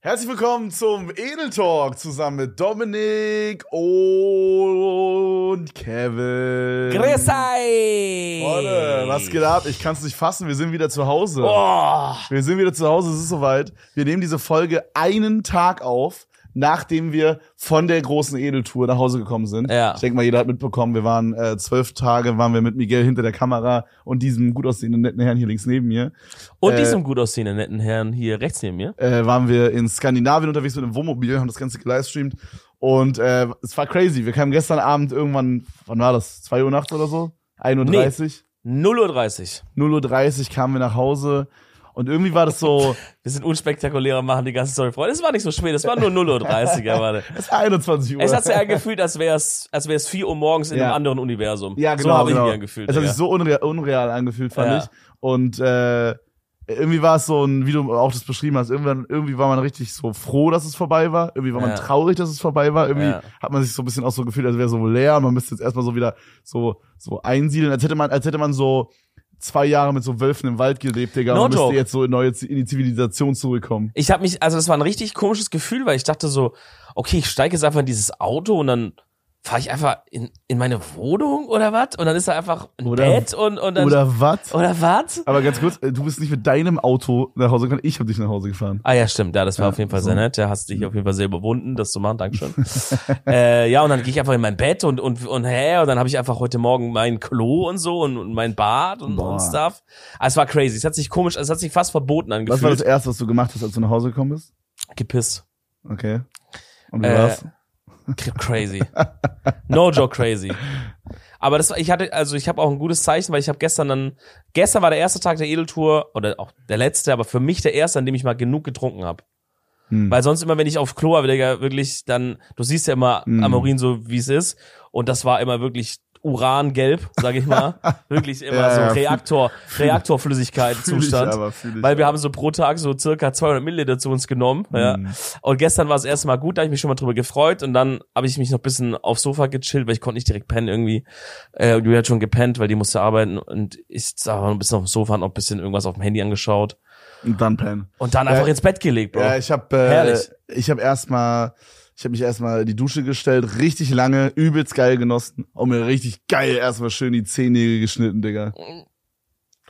Herzlich willkommen zum Edel Talk zusammen mit Dominik und Kevin. Grüß euch! Freunde, was geht ab? Ich kann es nicht fassen. Wir sind wieder zu Hause. Oh, Wir sind wieder zu Hause. Es ist soweit. Wir nehmen diese Folge einen Tag auf, nachdem wir von der großen Edeltour nach Hause gekommen sind. Ja. Ich denke mal, jeder hat mitbekommen. Wir waren äh, zwölf Tage, waren wir mit Miguel hinter der Kamera und diesem gut aussehenden netten Herrn hier links neben mir. und Äh, diesem gut aussehenden netten Herrn hier rechts neben mir. äh, waren wir in Skandinavien unterwegs mit einem Wohnmobil, haben das Ganze gelivestreamt. Und äh, es war crazy. Wir kamen gestern Abend irgendwann, wann war das? 2 Uhr nachts oder so? 1.30 0.30 Uhr. Uhr? 0.30 Uhr kamen wir nach Hause. Und irgendwie war das so, Wir sind unspektakulärer, machen die ganze Story, Freunde. Es war nicht so spät, es war nur 0.30 Uhr, warte. es war 21 Uhr. Es hat sich angefühlt, als wäre es als wär's 4 Uhr morgens in Ja. einem anderen Universum. ja, genau. So habe ich genau. mich angefühlt. Es hat sich Digga. so unreal, unreal angefühlt, fand Ja. ich. Und äh, irgendwie war es so ein, wie du auch das beschrieben hast, irgendwann, irgendwie war man richtig so froh, dass es vorbei war. Irgendwie war Ja. man traurig, dass es vorbei war. Irgendwie Ja. hat man sich so ein bisschen auch so gefühlt, als wäre so leer. Man müsste jetzt erstmal so wieder so, so einsiedeln, als hätte man, als hätte man so zwei Jahre mit so Wölfen im Wald gelebt, Digga. No man müsste joke. jetzt so in, neue, Z- in die Zivilisation zurückkommen. Ich habe mich, also das war ein richtig komisches Gefühl, weil ich dachte so, okay, ich steige jetzt einfach in dieses Auto und dann fahre ich einfach in, in meine Wohnung oder was? Und dann ist da einfach ein Oder- Bett und, und dann. Oh. Oder was? oder was? Aber ganz kurz, äh, du bist nicht mit deinem Auto nach Hause gefahren, ich habe dich nach Hause gefahren. Ah ja, stimmt. Ja, das war Ja, auf jeden Fall so. Mhm. sehr nett. Ja, hast dich auf jeden Fall sehr überwunden, das zu machen. Dankeschön. äh, ja, und dann gehe ich einfach in mein Bett und und und hä, und dann habe ich einfach heute Morgen mein Klo und so und, und mein Bad und, Boah. und Stuff. Ah, es war crazy. Es hat sich komisch, es hat sich fast verboten Was war e- das angefühlt. erste, was du gemacht hast, als du nach Hause gekommen bist? Gepisst. Okay. Und wie Äh, war's? Crazy. No joke crazy. Aber das, war- ich hatte, also ich habe auch ein gutes Zeichen, weil ich habe gestern dann, gestern war der erste Tag der Edeltour oder auch der letzte, aber für mich der erste, an dem ich mal genug getrunken habe. Hm. Weil sonst immer, wenn ich auf Klo war, Digga, wirklich, dann, du siehst ja immer Mhm. am Urin so, wie es ist. Und das war immer wirklich urangelb, sage ich mal. wirklich immer Ja, so ja, fühl- Reaktor, fühl- Fühl ich Reaktorflüssigkeit-Zustand. aber, fühl ich Weil wir aber. haben so pro Tag so circa 200 Milliliter zu uns genommen. Ja. Mhm. Und gestern war es erstmal gut, da habe ich mich schon mal drüber gefreut. Und dann habe ich mich noch ein bisschen aufs Sofa gechillt, weil ich konnte nicht direkt pennen irgendwie. Äh, die hat schon gepennt, weil die musste arbeiten. Und ich sag mal, ein bisschen auf dem Sofa, noch ein bisschen irgendwas auf dem Handy angeschaut. Und dann pennen. Und dann Ja. einfach ins Bett gelegt, Bro. Ja, ich habe äh, Herrlich. ich habe erstmal ich habe mich erstmal in die Dusche gestellt, richtig lange, übelst geil genossen und mir richtig geil erstmal schön die Zehennägel geschnitten, Digga.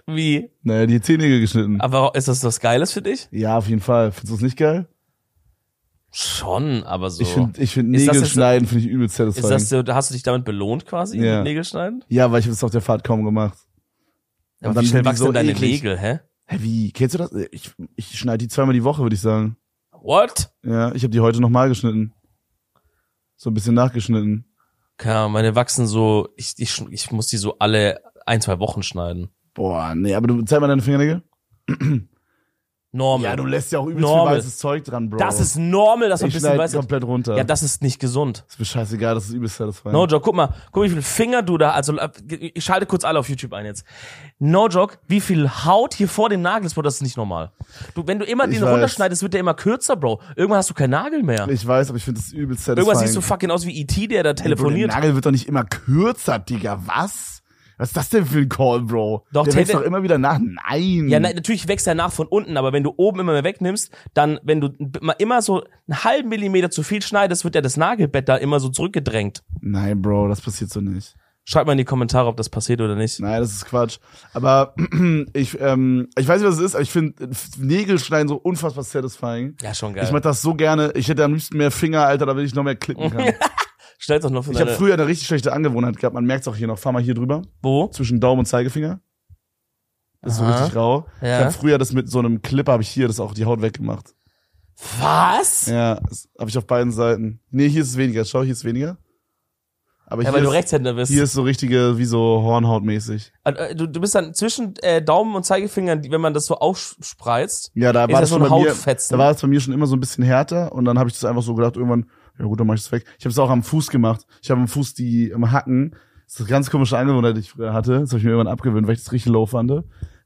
Wie? Naja, die Zehennägel geschnitten. Aber ist das was Geiles für dich? Ja, auf jeden Fall. Findest du es nicht geil? Schon, aber so. Ich finde ich find Ist das Nägel jetzt- schneiden finde ich übelst ist satisfying. das so, hast du dich damit belohnt quasi? Ja. Mit Nägel schneiden? Ja, weil ich habe es auf der Fahrt kaum gemacht. Ja, Und aber dann wie schnell sind die wachsen so deine eklig. Nägel, hä? Hä, wie? Kennst du das? Ich, ich schneide die zweimal die Woche, würde ich sagen. What? Ja, ich habe die heute nochmal geschnitten. So ein bisschen nachgeschnitten. Keine Ahnung, meine wachsen so, ich, ich, sch- ich muss die so alle ein, zwei Wochen schneiden. Boah, nee, aber du zeig mal deine Fingernägel. Normal. Ja, du lässt ja auch übelst Normal. viel weißes Zeug dran, Bro. das ist normal, dass man ein ich bisschen schneide weiß. komplett runter. Ja, das ist nicht gesund. ist mir scheißegal, das ist übelst satisfying. No joke, guck mal, guck, wie viel Finger du da, also äh, ich schalte kurz alle auf YouTube ein jetzt. No joke, wie viel Haut hier vor dem Nagel ist, Bro, das ist nicht normal. Du, wenn du immer Ich den weiß. runterschneidest, wird der immer kürzer, Bro. Irgendwann hast du keinen Nagel mehr. Ich weiß, aber ich finde das übelst satisfying. Irgendwann siehst du fucking aus wie E.T., der da Ey, Bro, telefoniert. Der Nagel wird doch nicht immer kürzer, Digga. Was? Was ist das denn für ein Call, Bro? Doch, der Ted- wächst doch immer wieder nach. Nein. Ja, ne- na, natürlich wächst er nach von unten, aber wenn du oben immer mehr wegnimmst, dann, wenn du b- mal immer so einen halben Millimeter zu viel schneidest, wird ja das Nagelbett da immer so zurückgedrängt. Nein, Bro, das passiert so nicht. Schreib mal in die Kommentare, ob das passiert oder nicht. Nein, das ist Quatsch. Aber ich, ähm, ich weiß nicht, was es ist, aber ich finde Nägel schneiden so unfassbar satisfying. Ja, schon Ich geil. mach das so gerne. Ich hätte am liebsten mehr Finger, Alter, damit ich noch mehr klicken kann. Stell doch noch für ich habe deine... früher eine richtig schlechte Angewohnheit gehabt. Man merkt's auch hier noch. Fahr mal hier drüber. Wo? zwischen Daumen und Zeigefinger. Das ist so Aha. richtig rau. Ja. Ich habe früher das mit so einem Clipper, habe ich hier das auch die Haut weggemacht. Was? Ja, Ja, habe ich auf beiden Seiten. Nee, hier ist es weniger. Schau, hier ist weniger. Aber hier, weil du ist, Rechtshänder bist. hier ist so richtige, wie so Hornhautmäßig. Also, äh, Du, du bist dann zwischen äh, Daumen und Zeigefinger, die- wenn man das so aufspreizt. Ja, da Ist war das das so schon ein bei mir, Hautfetzen? da war das bei mir schon immer so ein bisschen härter und dann habe ich das einfach so gedacht, irgendwann, ja gut, dann mach ich das weg. Ich habe es auch am Fuß gemacht. Ich habe am Fuß die im Hacken. Das ist eine ganz komische Angewohnheit, die ich früher hatte. Das habe ich mir irgendwann abgewöhnt, weil ich das richtig low fand.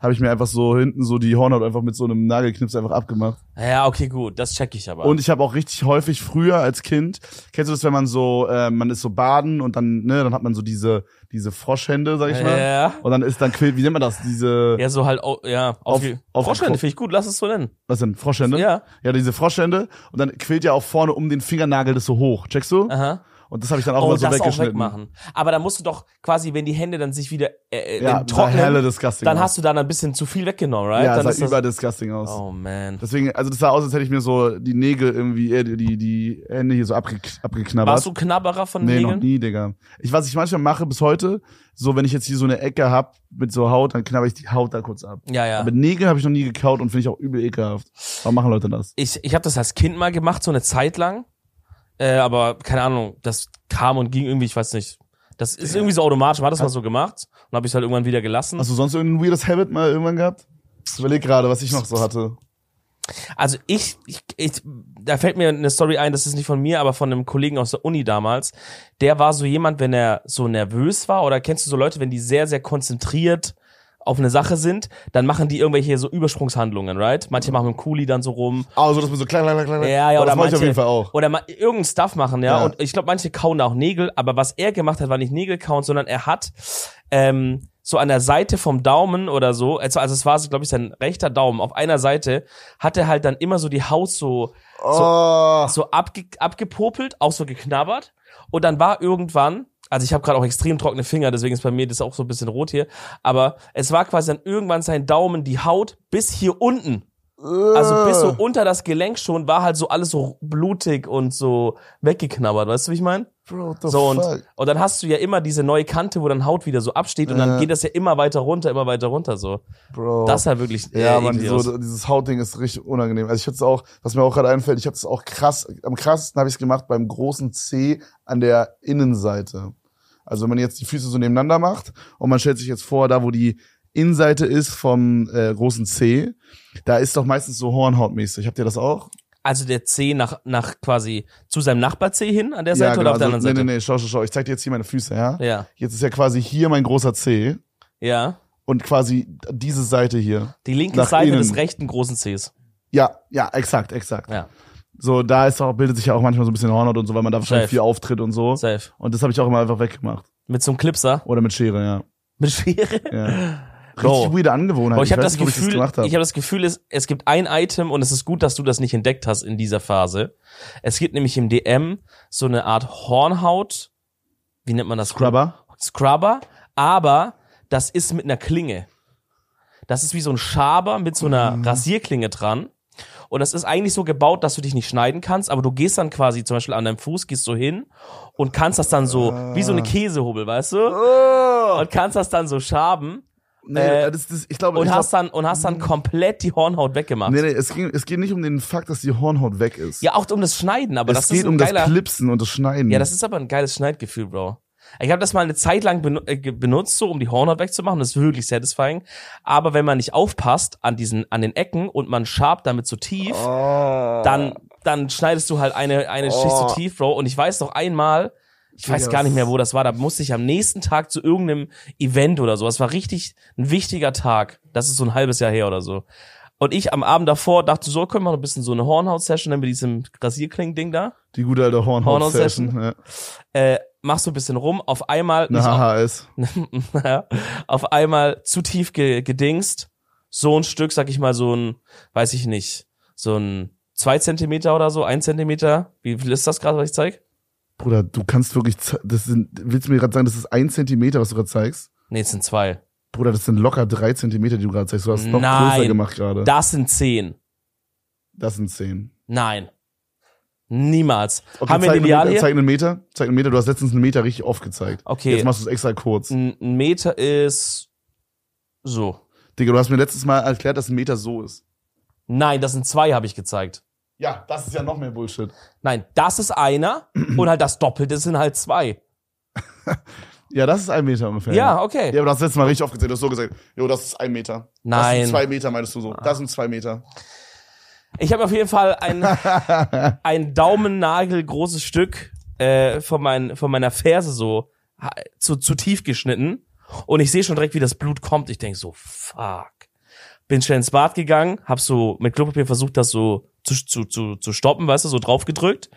habe ich mir einfach so hinten so die Hornhaut einfach mit so einem Nagelknips einfach abgemacht. Ja, okay, gut, das check ich aber. Und ich habe auch richtig häufig früher als Kind, kennst du das, wenn man so, äh, man ist so baden und dann, ne, dann hat man so diese, diese Froschhände, sag ich mal. Ja. Und dann ist dann, quillt- wie nennt man das, diese, ja, so halt, au- ja, auf, Auf- auf- Froschhände finde ich gut, lass es so nennen. was denn, Froschhände? Ja. Ja, ne? diese Froschhände. Und dann quillt ja auch vorne um den Fingernagel das so hoch, checkst du? Aha. Und das habe ich dann auch Ah. oh, immer so das auch weggeschnitten. wegmachen. Aber da musst du doch quasi, wenn die Hände dann sich wieder äh, Ja, ja, sah helle trocknen, disgusting dann aus. hast du dann ein bisschen zu viel weggenommen, right? Ja, dann das ist sah das, über disgusting aus. oh man. Deswegen, also das sah aus, als hätte ich mir so die Nägel irgendwie, äh, die, die Hände hier so abge abgeknabbert. Warst du Knabberer von nee, noch Nägeln? nie, Digga. Ich, was ich manchmal mache bis heute, so wenn ich jetzt hier so eine Ecke hab mit so Haut, dann knabber ich die Haut da kurz ab. Ja, ja. Aber Nägel habe ich noch nie gekaut und finde ich auch übel ekelhaft. Warum machen Leute das? ich, ich habe das als Kind mal gemacht, so eine Zeit lang. Äh, aber keine Ahnung, das kam und ging irgendwie, ich weiß nicht. Das ist irgendwie so automatisch, man hat das mal so gemacht und habe ich halt irgendwann wieder gelassen. Hast du sonst irgendein weirdes Habit mal irgendwann gehabt? Ich überleg gerade, was ich noch so hatte. Also ich, ich, ich, da fällt mir eine Story ein, das ist nicht von mir, aber von einem Kollegen aus der Uni damals. Der war so jemand, wenn er so nervös war oder kennst du so Leute, wenn die sehr, sehr konzentriert auf eine Sache sind, dann machen die irgendwelche so Übersprungshandlungen, right? Manche machen mit dem Kuli dann so rum Ah, so dass man so klein, klein, klein, klein. Ja, Aber ja, ne? oder das mach ich auf manche- jeden Fall auch. oder mal irgendeinen Stuff machen, ja. Ja. Und ich glaube, manche kauen auch Nägel, aber was er gemacht hat, war nicht Nägel kauen, sondern er hat ähm, so an der Seite vom Daumen oder so, also, also es war, glaube ich, sein rechter Daumen, auf einer Seite hat er halt dann immer so die Haut so, Oh. so abge abgepopelt, auch so geknabbert. Und dann war irgendwann, also ich habe gerade auch extrem trockene Finger, deswegen ist bei mir das auch so ein bisschen rot hier, aber es war quasi dann irgendwann sein Daumen, die Haut bis hier unten. Also bis Äh. so unter das Gelenk schon war halt so alles so blutig und so weggeknabbert, weißt du, wie ich meine? Bro, what the So und, fuck? und dann hast du ja immer diese neue Kante, wo dann Haut wieder so absteht und dann Äh. geht das ja immer weiter runter, immer weiter runter so. Bro. Das ist halt wirklich äh, Oh. Ja, man, eklig aus. so, dieses Hautding ist richtig unangenehm. Also ich hatte es auch, was mir auch gerade einfällt, ich hatte es auch krass, am krassesten habe ich es gemacht beim großen C an der Innenseite. Also wenn man jetzt die Füße so nebeneinander macht und man stellt sich jetzt vor, da wo die Innenseite ist vom äh, großen C, da ist doch meistens so Hornhautmäßig. Habt ihr das auch? Also der Zeh nach, nach quasi zu seinem Nachbarzeh hin an der Seite oder auf der anderen Also, Seite? Nee, nee, nee, schau, schau, schau. Ich zeig dir jetzt hier meine Füße, ja? Ja, Jetzt ist ja quasi hier mein großer C ja. und quasi diese Seite hier. Die linke Nach Seite innen. des rechten großen Zehs. Ja, ja, exakt, exakt. Ja, So, da ist auch, bildet sich ja auch manchmal so ein bisschen Hornhaut und so, weil man da wahrscheinlich Safe. viel auftritt und so. safe. Und das habe ich auch immer einfach weggemacht. Mit so einem Clipser, Oder mit Schere, ja. mit Schere. ja. Bro. Richtig weirde Angewohnheit. Aber ich habe das weiß nicht, ob Gefühl, ich, gemacht hab. habe das Gefühl, es, es gibt ein Item und es ist gut, dass du das nicht entdeckt hast in dieser Phase. Es gibt nämlich im DM so eine Art Hornhaut, wie nennt man das? Scrubber. Scrubber, aber das ist mit einer Klinge. Das ist wie so ein Schaber mit so einer Mhm. Rasierklinge dran. Und das ist eigentlich so gebaut, dass du dich nicht schneiden kannst, aber du gehst dann quasi zum Beispiel an deinem Fuß, gehst so hin und kannst das dann so, wie Ah. so eine Käsehobel, weißt du? Oh, Und kannst das dann so schaben nee, äh, das, das, ich glaube, und ich hast glaub, dann und hast dann komplett die Hornhaut weggemacht. nee, nee, es, ging, es geht nicht um den Fakt, dass die Hornhaut weg ist. Ja, auch um das Schneiden, aber es das geht ist ein um geiler. das Clipsen und das Schneiden. ja, das ist aber ein geiles Schneidgefühl, Bro. Ich habe das mal eine Zeit lang benu- äh, ge- benutzt, so um die Hornhaut wegzumachen. Das ist wirklich satisfying. Aber wenn man nicht aufpasst an diesen, an den Ecken und man schabt damit zu tief, oh. dann, dann schneidest du halt eine, eine Schicht Oh. zu tief, Bro. Und ich weiß noch einmal, ich weiß Digga, gar nicht mehr, das- wo das war, da musste ich am nächsten Tag zu irgendeinem Event oder so. Das war richtig ein wichtiger Tag. Das ist so ein halbes Jahr her oder so. Und ich am Abend davor dachte so, können wir noch ein bisschen so eine Hornhaut-Session dann mit diesem Rasierkling-Ding da. Die gute alte Hornhaut-Session. ja. Äh, machst du ein bisschen rum, auf einmal, Eine HHS. auf einmal zu tief ge gedingst. So ein Stück, sag ich mal, so ein, weiß ich nicht, so ein zwei Zentimeter oder so, ein Zentimeter. Wie viel ist das gerade, was ich zeig? Bruder, du kannst wirklich, ze- das sind, willst du mir gerade sagen, das ist ein Zentimeter, was du gerade zeigst? Nee, es sind zwei. Bruder, das sind locker drei Zentimeter, die du gerade zeigst. Du hast es noch Nein. größer gemacht gerade. Das sind zehn. Das sind zehn. Nein. Niemals. Okay, Haben wir zeig ein Ideal einen, Meter- hier? Zeig einen Meter, zeig einen Meter. Du hast letztens einen Meter richtig oft gezeigt. Okay. Mhm. Jetzt machst du es extra kurz. Ein ein Meter ist so. Digga, du hast mir letztes Mal erklärt, dass ein Meter so ist. Nein, das sind zwei, habe ich gezeigt. Ja, das ist ja noch mehr Bullshit. Nein, das ist einer und halt das Doppelte sind halt zwei. Ja, das ist ein Meter ungefähr. Ja, okay. Ja, aber du hast letztes Mal richtig oft gezeigt. Du hast so gesagt, jo, das ist ein Meter. Das Nein. sind zwei Meter, meinst du so. Das sind zwei Meter. Ich habe auf jeden Fall ein, ein Daumennagel großes Stück äh, von, mein, von meiner Ferse so ha- zu, zu tief geschnitten. Und ich sehe schon direkt, wie das Blut kommt. Ich denk so, fuck. bin schnell ins Bad gegangen, hab so mit Klopapier versucht, das so zu, zu, zu, zu stoppen, weißt du, so draufgedrückt.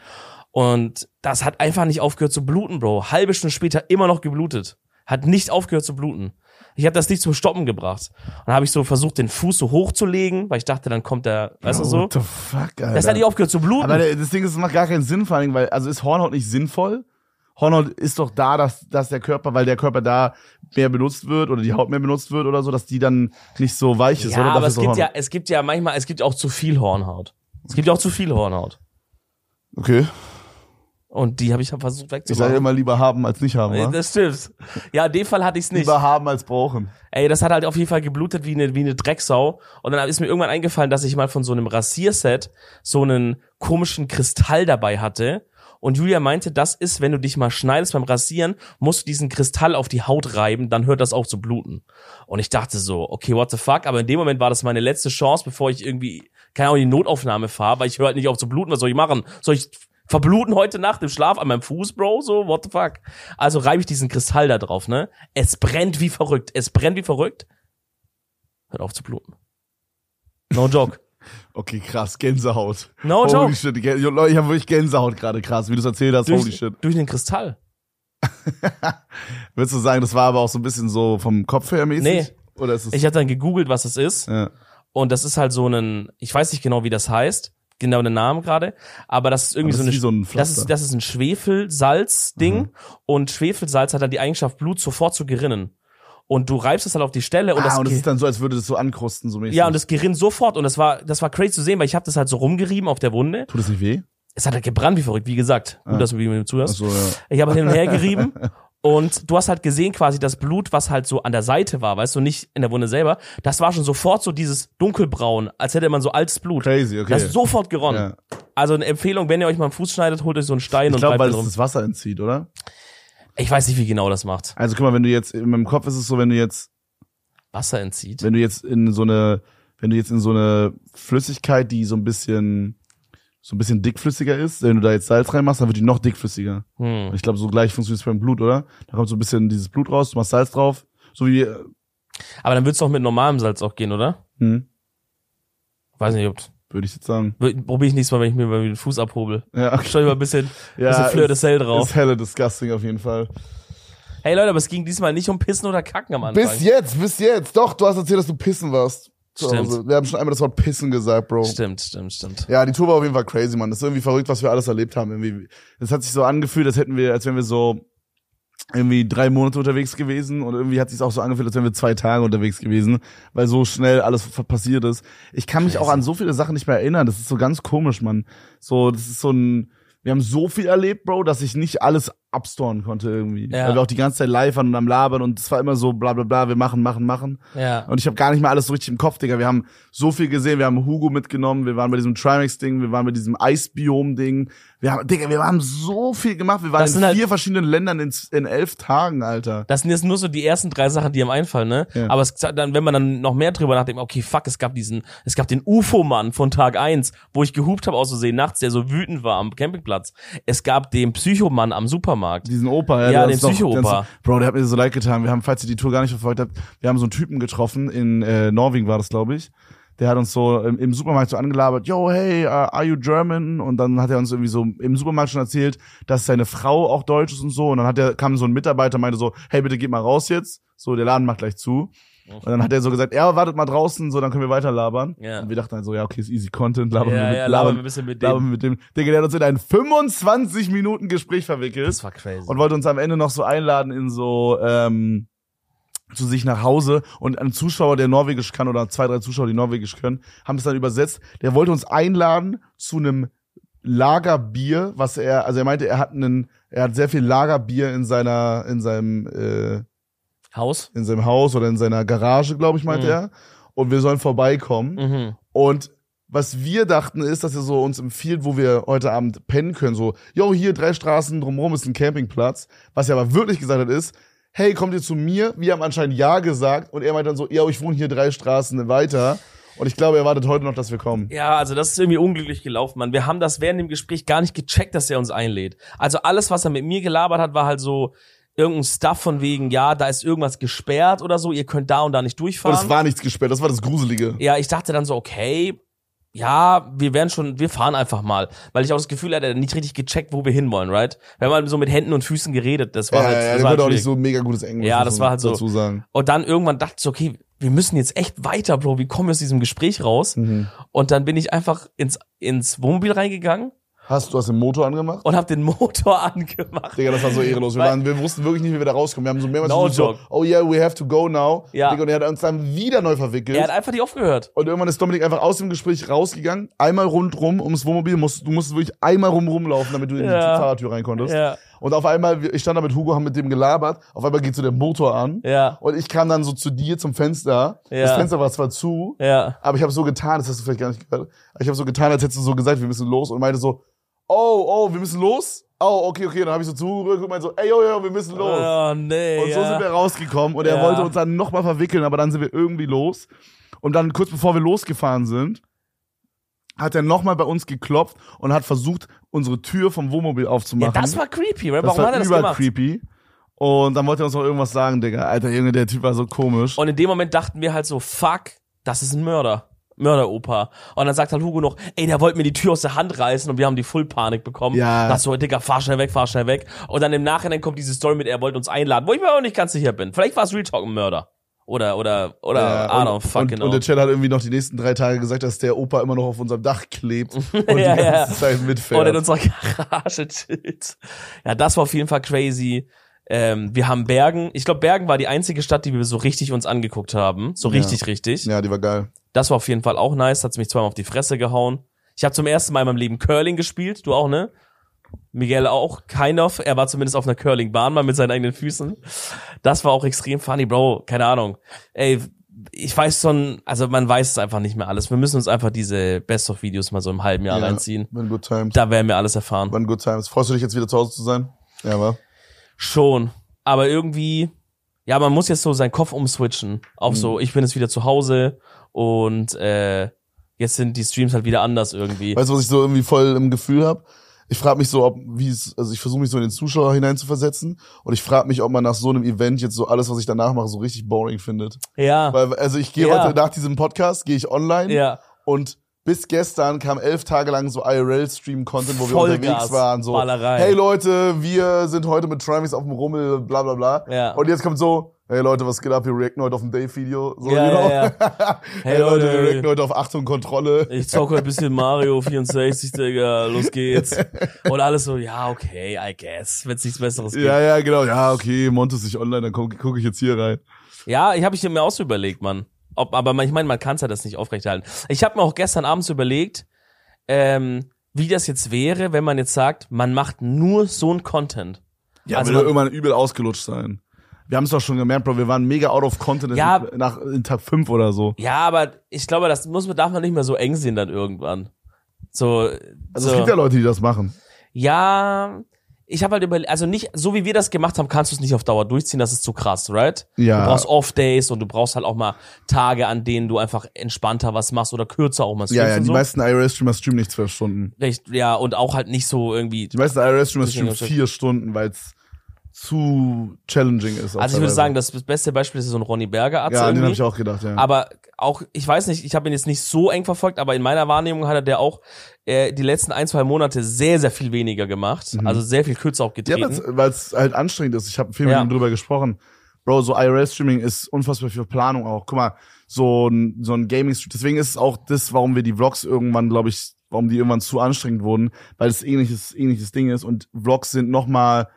Und das hat einfach nicht aufgehört zu bluten, Bro. Halbe Stunde später immer noch geblutet. Hat nicht aufgehört zu bluten. Ich habe das nicht zum Stoppen gebracht. Und dann habe ich so versucht, den Fuß so hochzulegen, weil ich dachte, dann kommt der, weißt du so. What the fuck, Alter. Das hat nicht aufgehört zu bluten. Aber der- das Ding ist, es macht gar keinen Sinn, vor allem, weil, also ist Hornhaut nicht sinnvoll? Hornhaut ist doch da, dass, dass der Körper, weil der Körper da mehr benutzt wird oder die Haut mehr benutzt wird oder so, dass die dann nicht so weich ist, ja, oder? aber Dafür es ist doch gibt ja, Hornhaut. es gibt ja manchmal, es gibt auch zu viel Hornhaut. Es gibt ja auch zu viel Hornhaut. Okay. Und die habe ich hab versucht Ich sage wegzumachen. immer lieber haben als nicht haben, oder? Das stimmt. Ja, in dem Fall hatte ich es nicht. Lieber haben als brauchen. Ey, das hat halt auf jeden Fall geblutet wie eine, wie eine Drecksau. Und dann ist mir irgendwann eingefallen, dass ich mal von so einem Rasierset so einen komischen Kristall dabei hatte. Und Julia meinte, das ist, wenn du dich mal schneidest beim Rasieren, musst du diesen Kristall auf die Haut reiben, dann hört das auf zu bluten. Und ich dachte so, okay, what the fuck? Aber in dem Moment war das meine letzte Chance, bevor ich irgendwie, keine Ahnung, in die Notaufnahme fahre, weil ich höre halt nicht auf zu bluten. Was soll ich machen? Soll ich verbluten heute Nacht im Schlaf an meinem Fuß, Bro? So, what the fuck? Also reibe ich diesen Kristall da drauf, ne? Es brennt wie verrückt. Es brennt wie verrückt. Hört auf zu bluten. No joke. Okay, krass, Gänsehaut. No holy joke. shit, Gän- Leute, ich habe wirklich Gänsehaut gerade krass, wie du es erzählt hast, holy Durch, shit. durch den Kristall. Würdest du sagen, das war aber auch so ein bisschen so vom Kopf her mäßig? Nee. Oder ist es. Ich habe dann gegoogelt, was das ist. ja. Und das ist halt so ein, ich weiß nicht genau, wie das heißt, genau den Namen gerade, aber das ist irgendwie Aber das so eine, ist wie so ein das Pflaster. Mhm. ist, das ist ein Schwefelsalz-Ding und Schwefelsalz hat dann die Eigenschaft, Blut sofort zu gerinnen. Und du reibst es halt auf die Stelle und ah, das, und es ge- ist dann so, als würde das so ankrusten, so mäßig. ja, und das gerinnt sofort und das war, das war crazy zu sehen, weil ich habe das halt so rumgerieben auf der Wunde. Tut es nicht weh? Es hat halt gebrannt wie verrückt, wie gesagt. Gut, Ah. Also- dass du mir zuhörst. Achso, ja. Ich habe hin und her gerieben und du hast halt gesehen quasi das Blut, was halt so an der Seite war, weißt du, nicht in der Wunde selber. Das war schon sofort so dieses dunkelbraun, als hätte man so altes Blut. Crazy, okay. Das ist sofort geronnen. Ja. Also eine Empfehlung, wenn ihr euch mal am Fuß schneidet, holt euch so einen Stein Ich und glaube, weil reibt es drum. das Wasser entzieht, oder? Ich weiß nicht, wie genau das macht. Also guck mal, wenn du jetzt, in meinem Kopf ist es so, wenn du jetzt, Wasser entzieht. wenn du jetzt in so eine, wenn du jetzt in so eine Flüssigkeit, die so ein bisschen, so ein bisschen dickflüssiger ist, wenn du da jetzt Salz reinmachst, dann wird die noch dickflüssiger. Und Hm. ich glaube, so gleich funktioniert es beim Blut, oder? Da kommt so ein bisschen dieses Blut raus, du machst Salz drauf, so wie, äh, Aber dann wird's doch mit normalem Salz auch gehen, oder? hm, Weiß nicht, ob. würde ich jetzt sagen. Probiere ich nächstes Mal, wenn ich mir mal den Fuß abhobel. Ja, okay. Schau ich mal ein bisschen, Ja, bisschen Fleur de Sel Ist drauf. helle disgusting auf jeden Fall. Hey Leute, aber es ging diesmal nicht um Pissen oder Kacken am Anfang. Bis jetzt, bis jetzt. Doch, du hast erzählt, dass du pissen warst. Zu Stimmt. Hause. Wir haben schon einmal das Wort pissen gesagt, Bro. Stimmt, stimmt, stimmt. Ja, die Tour war auf jeden Fall crazy, Mann. Das ist irgendwie verrückt, was wir alles erlebt haben. Irgendwie, das hat sich so angefühlt, als hätten wir, als wären wir so irgendwie drei Monate unterwegs gewesen und irgendwie hat sich auch so angefühlt, als wären wir zwei Tage unterwegs gewesen, weil so schnell alles f- passiert ist. Ich kann mich auch an so viele Sachen nicht mehr erinnern. Das ist so ganz komisch, Mann. So, das ist so ein, wir haben so viel erlebt, Bro, dass ich nicht alles abstoren konnte irgendwie. Ja. Weil wir auch die ganze Zeit live waren und am Labern und es war immer so bla bla bla, wir machen, machen, machen. Ja. Und ich habe gar nicht mehr alles so richtig im Kopf, Digga. Wir haben so viel gesehen. Wir haben Hugo mitgenommen. Wir waren bei diesem Trimax-Ding. Wir waren bei diesem Eisbiom-Ding. Wir haben, Digga, wir haben so viel gemacht. Wir waren Das in sind halt- vier verschiedenen Ländern in, in elf Tagen, Alter. Das sind jetzt nur so die ersten drei Sachen, die einem einfallen, ne? Ja. Aber es, dann, wenn man dann noch mehr drüber nachdenkt, okay, fuck, es gab diesen, es gab den UFO-Mann von Tag eins, wo ich gehupt habe aus Versehen nachts, der so wütend war am Campingplatz. Es gab den Psychomann am Supermarkt. Diesen Opa, Ja, der den ist noch- der Psycho-Opa. ist- Bro, der hat mir so leid getan. Wir haben, falls ihr die Tour gar nicht verfolgt habt, wir haben so einen Typen getroffen. In äh, Norwegen war das, glaube ich. Der hat uns so im, im Supermarkt so angelabert, yo, hey, uh, are you German? Und dann hat er uns irgendwie so im Supermarkt schon erzählt, dass seine Frau auch deutsch ist und so. Und dann hat er, kam so ein Mitarbeiter und meinte so, hey, bitte geht mal raus jetzt. So, der Laden macht gleich zu. Und dann hat er so gesagt, ja, wartet mal draußen, so, dann können wir weiter labern. Ja. Und wir dachten halt so, ja, okay, ist easy Content, labern wir ja, mit, ja, labern labern, wir ein bisschen mit labern dem. wir mit dem. Digga, der hat uns in ein 25-Minuten-Gespräch verwickelt Das war crazy. und wollte uns am Ende noch so einladen in so ähm, zu sich nach Hause und ein Zuschauer, der Norwegisch kann oder zwei, drei Zuschauer, die Norwegisch können, haben es dann übersetzt. Der wollte uns einladen zu einem Lagerbier, was er, also er meinte, er hat einen, er hat sehr viel Lagerbier in seiner, in seinem, äh, Haus? in seinem Haus oder in seiner Garage, glaube ich, meinte Mhm. er. Und wir sollen vorbeikommen. Mhm. Und was wir dachten ist, dass er so uns empfiehlt, wo wir heute Abend pennen können. So, yo, hier drei Straßen drumherum ist ein Campingplatz. Was er aber wirklich gesagt hat ist, hey, kommt ihr zu mir? Wir haben anscheinend ja gesagt. Und er meint dann so, ja, ich wohne hier drei Straßen weiter. Und ich glaube, er wartet heute noch, dass wir kommen. Ja, also das ist irgendwie unglücklich gelaufen, Mann. Wir haben das während dem Gespräch gar nicht gecheckt, dass er uns einlädt. Also alles, was er mit mir gelabert hat, war halt so, irgendein Stuff von wegen, ja, da ist irgendwas gesperrt oder so, ihr könnt da und da nicht Und durchfahren. es war nichts gesperrt, das war das Gruselige. ja, ich dachte dann so, okay, ja, wir werden schon, wir fahren einfach mal. Weil ich auch das Gefühl hatte, er hat nicht richtig gecheckt, wo wir hinwollen, right? Wir haben halt so mit Händen und Füßen geredet, das war Ja, halt, ja, ja, das der war halt konnte auch nicht schwierig. so mega gutes Englisch. Ja, muss das man war halt so. Dazu sagen. Und dann irgendwann dachte ich, so, okay, wir müssen jetzt echt weiter, Bro, wie kommen wir aus diesem Gespräch raus? Mhm. Und dann bin ich einfach ins, ins Wohnmobil reingegangen Hast du hast den Motor angemacht? und habe den Motor angemacht. Digga, das war so ehrenlos. Wir, Weil- waren, wir wussten wirklich nicht, wie wir da rauskommen. Wir haben so mehrmals No versucht, so, joke. oh yeah, we have to go now. Ja. Digga, und er hat uns dann wieder neu verwickelt. Er hat einfach nicht aufgehört. Und irgendwann ist Dominik einfach aus dem Gespräch rausgegangen, einmal rundrum ums Wohnmobil. Musst, du musstest wirklich einmal rum rumlaufen, damit du in die Ja. Fahrradtür rein konntest. Ja, Und auf einmal, wir- ich stand da mit Hugo, haben mit dem gelabert. Auf einmal geht so der Motor an. ja, Und ich kam dann so zu dir zum Fenster. Ja. Das Fenster war zwar zu, ja. aber ich habe so getan, das hast du vielleicht gar nicht gehört. aber Ich habe so getan, als hättest du so gesagt, wir müssen los. Und meinte so, oh, oh, wir müssen los. Oh, okay, okay. Dann habe ich so zugerückt und meinte so, ey, yo, yo, wir müssen los. Oh, nee. Und ja. so sind wir rausgekommen und er Ja. wollte uns dann nochmal verwickeln, aber dann sind wir irgendwie los. Und dann kurz bevor wir losgefahren sind, hat er nochmal bei uns geklopft und hat versucht, unsere Tür vom Wohnmobil ja, aufzumachen. das war creepy, right? Das Warum war hat er das über gemacht? creepy. Und dann wollte er uns noch irgendwas sagen, Digga. Alter Junge, der Typ war so komisch. Und in dem Moment dachten wir halt so, fuck, das ist ein Mörder. Mörderopa. Und dann sagt halt Hugo noch, ey, der wollte mir die Tür aus der Hand reißen und wir haben die Full-Panik bekommen. Ja. Das so, Digga, fahr schnell weg, fahr schnell weg. Und dann im Nachhinein kommt diese Story mit, er wollte uns einladen, wo ich mir auch nicht ganz sicher bin. Vielleicht war es Real Talk ein Mörder. Oder, oder, oder, I don't und, fucking und, know. und der Chad hat irgendwie noch die nächsten drei Tage gesagt, dass der Opa immer noch auf unserem Dach klebt und die Ja, ganze ja. Zeit Und in mitfährt. unserer Garage chillt. Ja, das war auf jeden Fall crazy. Ähm, wir haben Bergen. Ich glaube, Bergen war die einzige Stadt, die wir so richtig uns angeguckt haben. So Ja. richtig, richtig. Ja, die war geil. Das war auf jeden Fall auch nice. Hat's mich zweimal auf die Fresse gehauen. Ich habe zum ersten Mal in meinem Leben Curling gespielt. Du auch, ne? Miguel auch, kind of. Er war zumindest auf einer Curling-Bahn mal mit seinen eigenen Füßen. Das war auch extrem funny, Bro. Keine Ahnung. Ey, ich weiß schon, also man weiß es einfach nicht mehr alles. Wir müssen uns einfach diese Best-of-Videos mal so im halben Jahr ja, reinziehen. Waren good times. Da werden wir alles erfahren. Waren good times. Freust du dich jetzt wieder zu Hause zu sein? Ja, war. Schon. Aber irgendwie, ja, man muss jetzt so seinen Kopf umswitchen. Auf Mhm. so, ich bin jetzt wieder zu Hause und äh, jetzt sind die Streams halt wieder anders irgendwie. Weißt du, was ich so irgendwie voll im Gefühl habe? Ich frage mich so, ob, wie es, also ich versuche mich so in den Zuschauer hineinzuversetzen und ich frage mich, ob man nach so einem Event jetzt so alles, was ich danach mache, so richtig boring findet. ja. Weil, also ich gehe Ja. heute nach diesem Podcast, gehe ich online Ja. und bis gestern kam elf Tage lang so IRL-Stream-Content, wo wir Vollgas, unterwegs waren. So, Ballerei. hey Leute, wir sind heute mit Trimis auf dem Rummel, bla bla bla. Ja. Und jetzt kommt so, hey Leute, was geht ab? Wir reacten heute auf ein Dave-Video. So, Ja, you know? ja, hey Leute, wir reacten heute auf Achtung Kontrolle. Ich zocke heute ein bisschen Mario 64, Digga, los geht's. Und alles so, ja, okay, I guess, wenn's nichts Besseres gibt. Ja, ja, genau. Ja, okay, Monte ist nicht online, dann gucke guck ich jetzt hier rein. Ja, ich habe ich mir auch so überlegt, Mann. Ob, aber man, ich meine, man kann's ja das nicht aufrechterhalten. Ich habe mir auch gestern abends überlegt, ähm, wie das jetzt wäre, wenn man jetzt sagt, man macht nur so ein Content. Ja, Also also wird man- irgendwann übel ausgelutscht sein. Wir haben es doch schon gemerkt, Bro, wir waren mega out of content Ja. in, nach in Tag 5 oder so. Ja, aber ich glaube, das muss man, darf man nicht mehr so eng sehen dann irgendwann. So, Also so. es gibt ja Leute, die das machen. ja, ich habe halt überlegt, also nicht, so wie wir das gemacht haben, kannst du es nicht auf Dauer durchziehen, das ist zu krass, right? Ja. Du brauchst Off-Days und du brauchst halt auch mal Tage, an denen du einfach entspannter was machst oder kürzer auch mal Ja, streamst ja, und die so. meisten IRS-Streamer streamen nicht zwölf Stunden. Recht, ja, und auch halt nicht so irgendwie. Die meisten IRS-Streamer streamen Bisschen vier Stunden, weil es zu challenging ist. auch Also ich würde teilweise. sagen, das beste Beispiel ist so ein Ronny Berger Atze ja, an den habe irgendwie. ich auch gedacht, ja. Aber auch, ich weiß nicht, ich habe ihn jetzt nicht so eng verfolgt, aber in meiner Wahrnehmung hat er der auch äh, die letzten ein, zwei Monate sehr, sehr viel weniger gemacht. Also sehr viel kürzer auch Mhm. Ja, getreten. weil es halt anstrengend ist. Ich habe viel mit Ja. ihm drüber gesprochen. Bro, so IRL-Streaming ist unfassbar viel Planung auch. Guck mal, so ein, so ein Gaming-Stream. Deswegen ist es auch das, warum wir die Vlogs irgendwann, glaube ich, warum die irgendwann zu anstrengend wurden, weil es ähnliches, ähnliches Ding ist. Und Vlogs sind nochmal,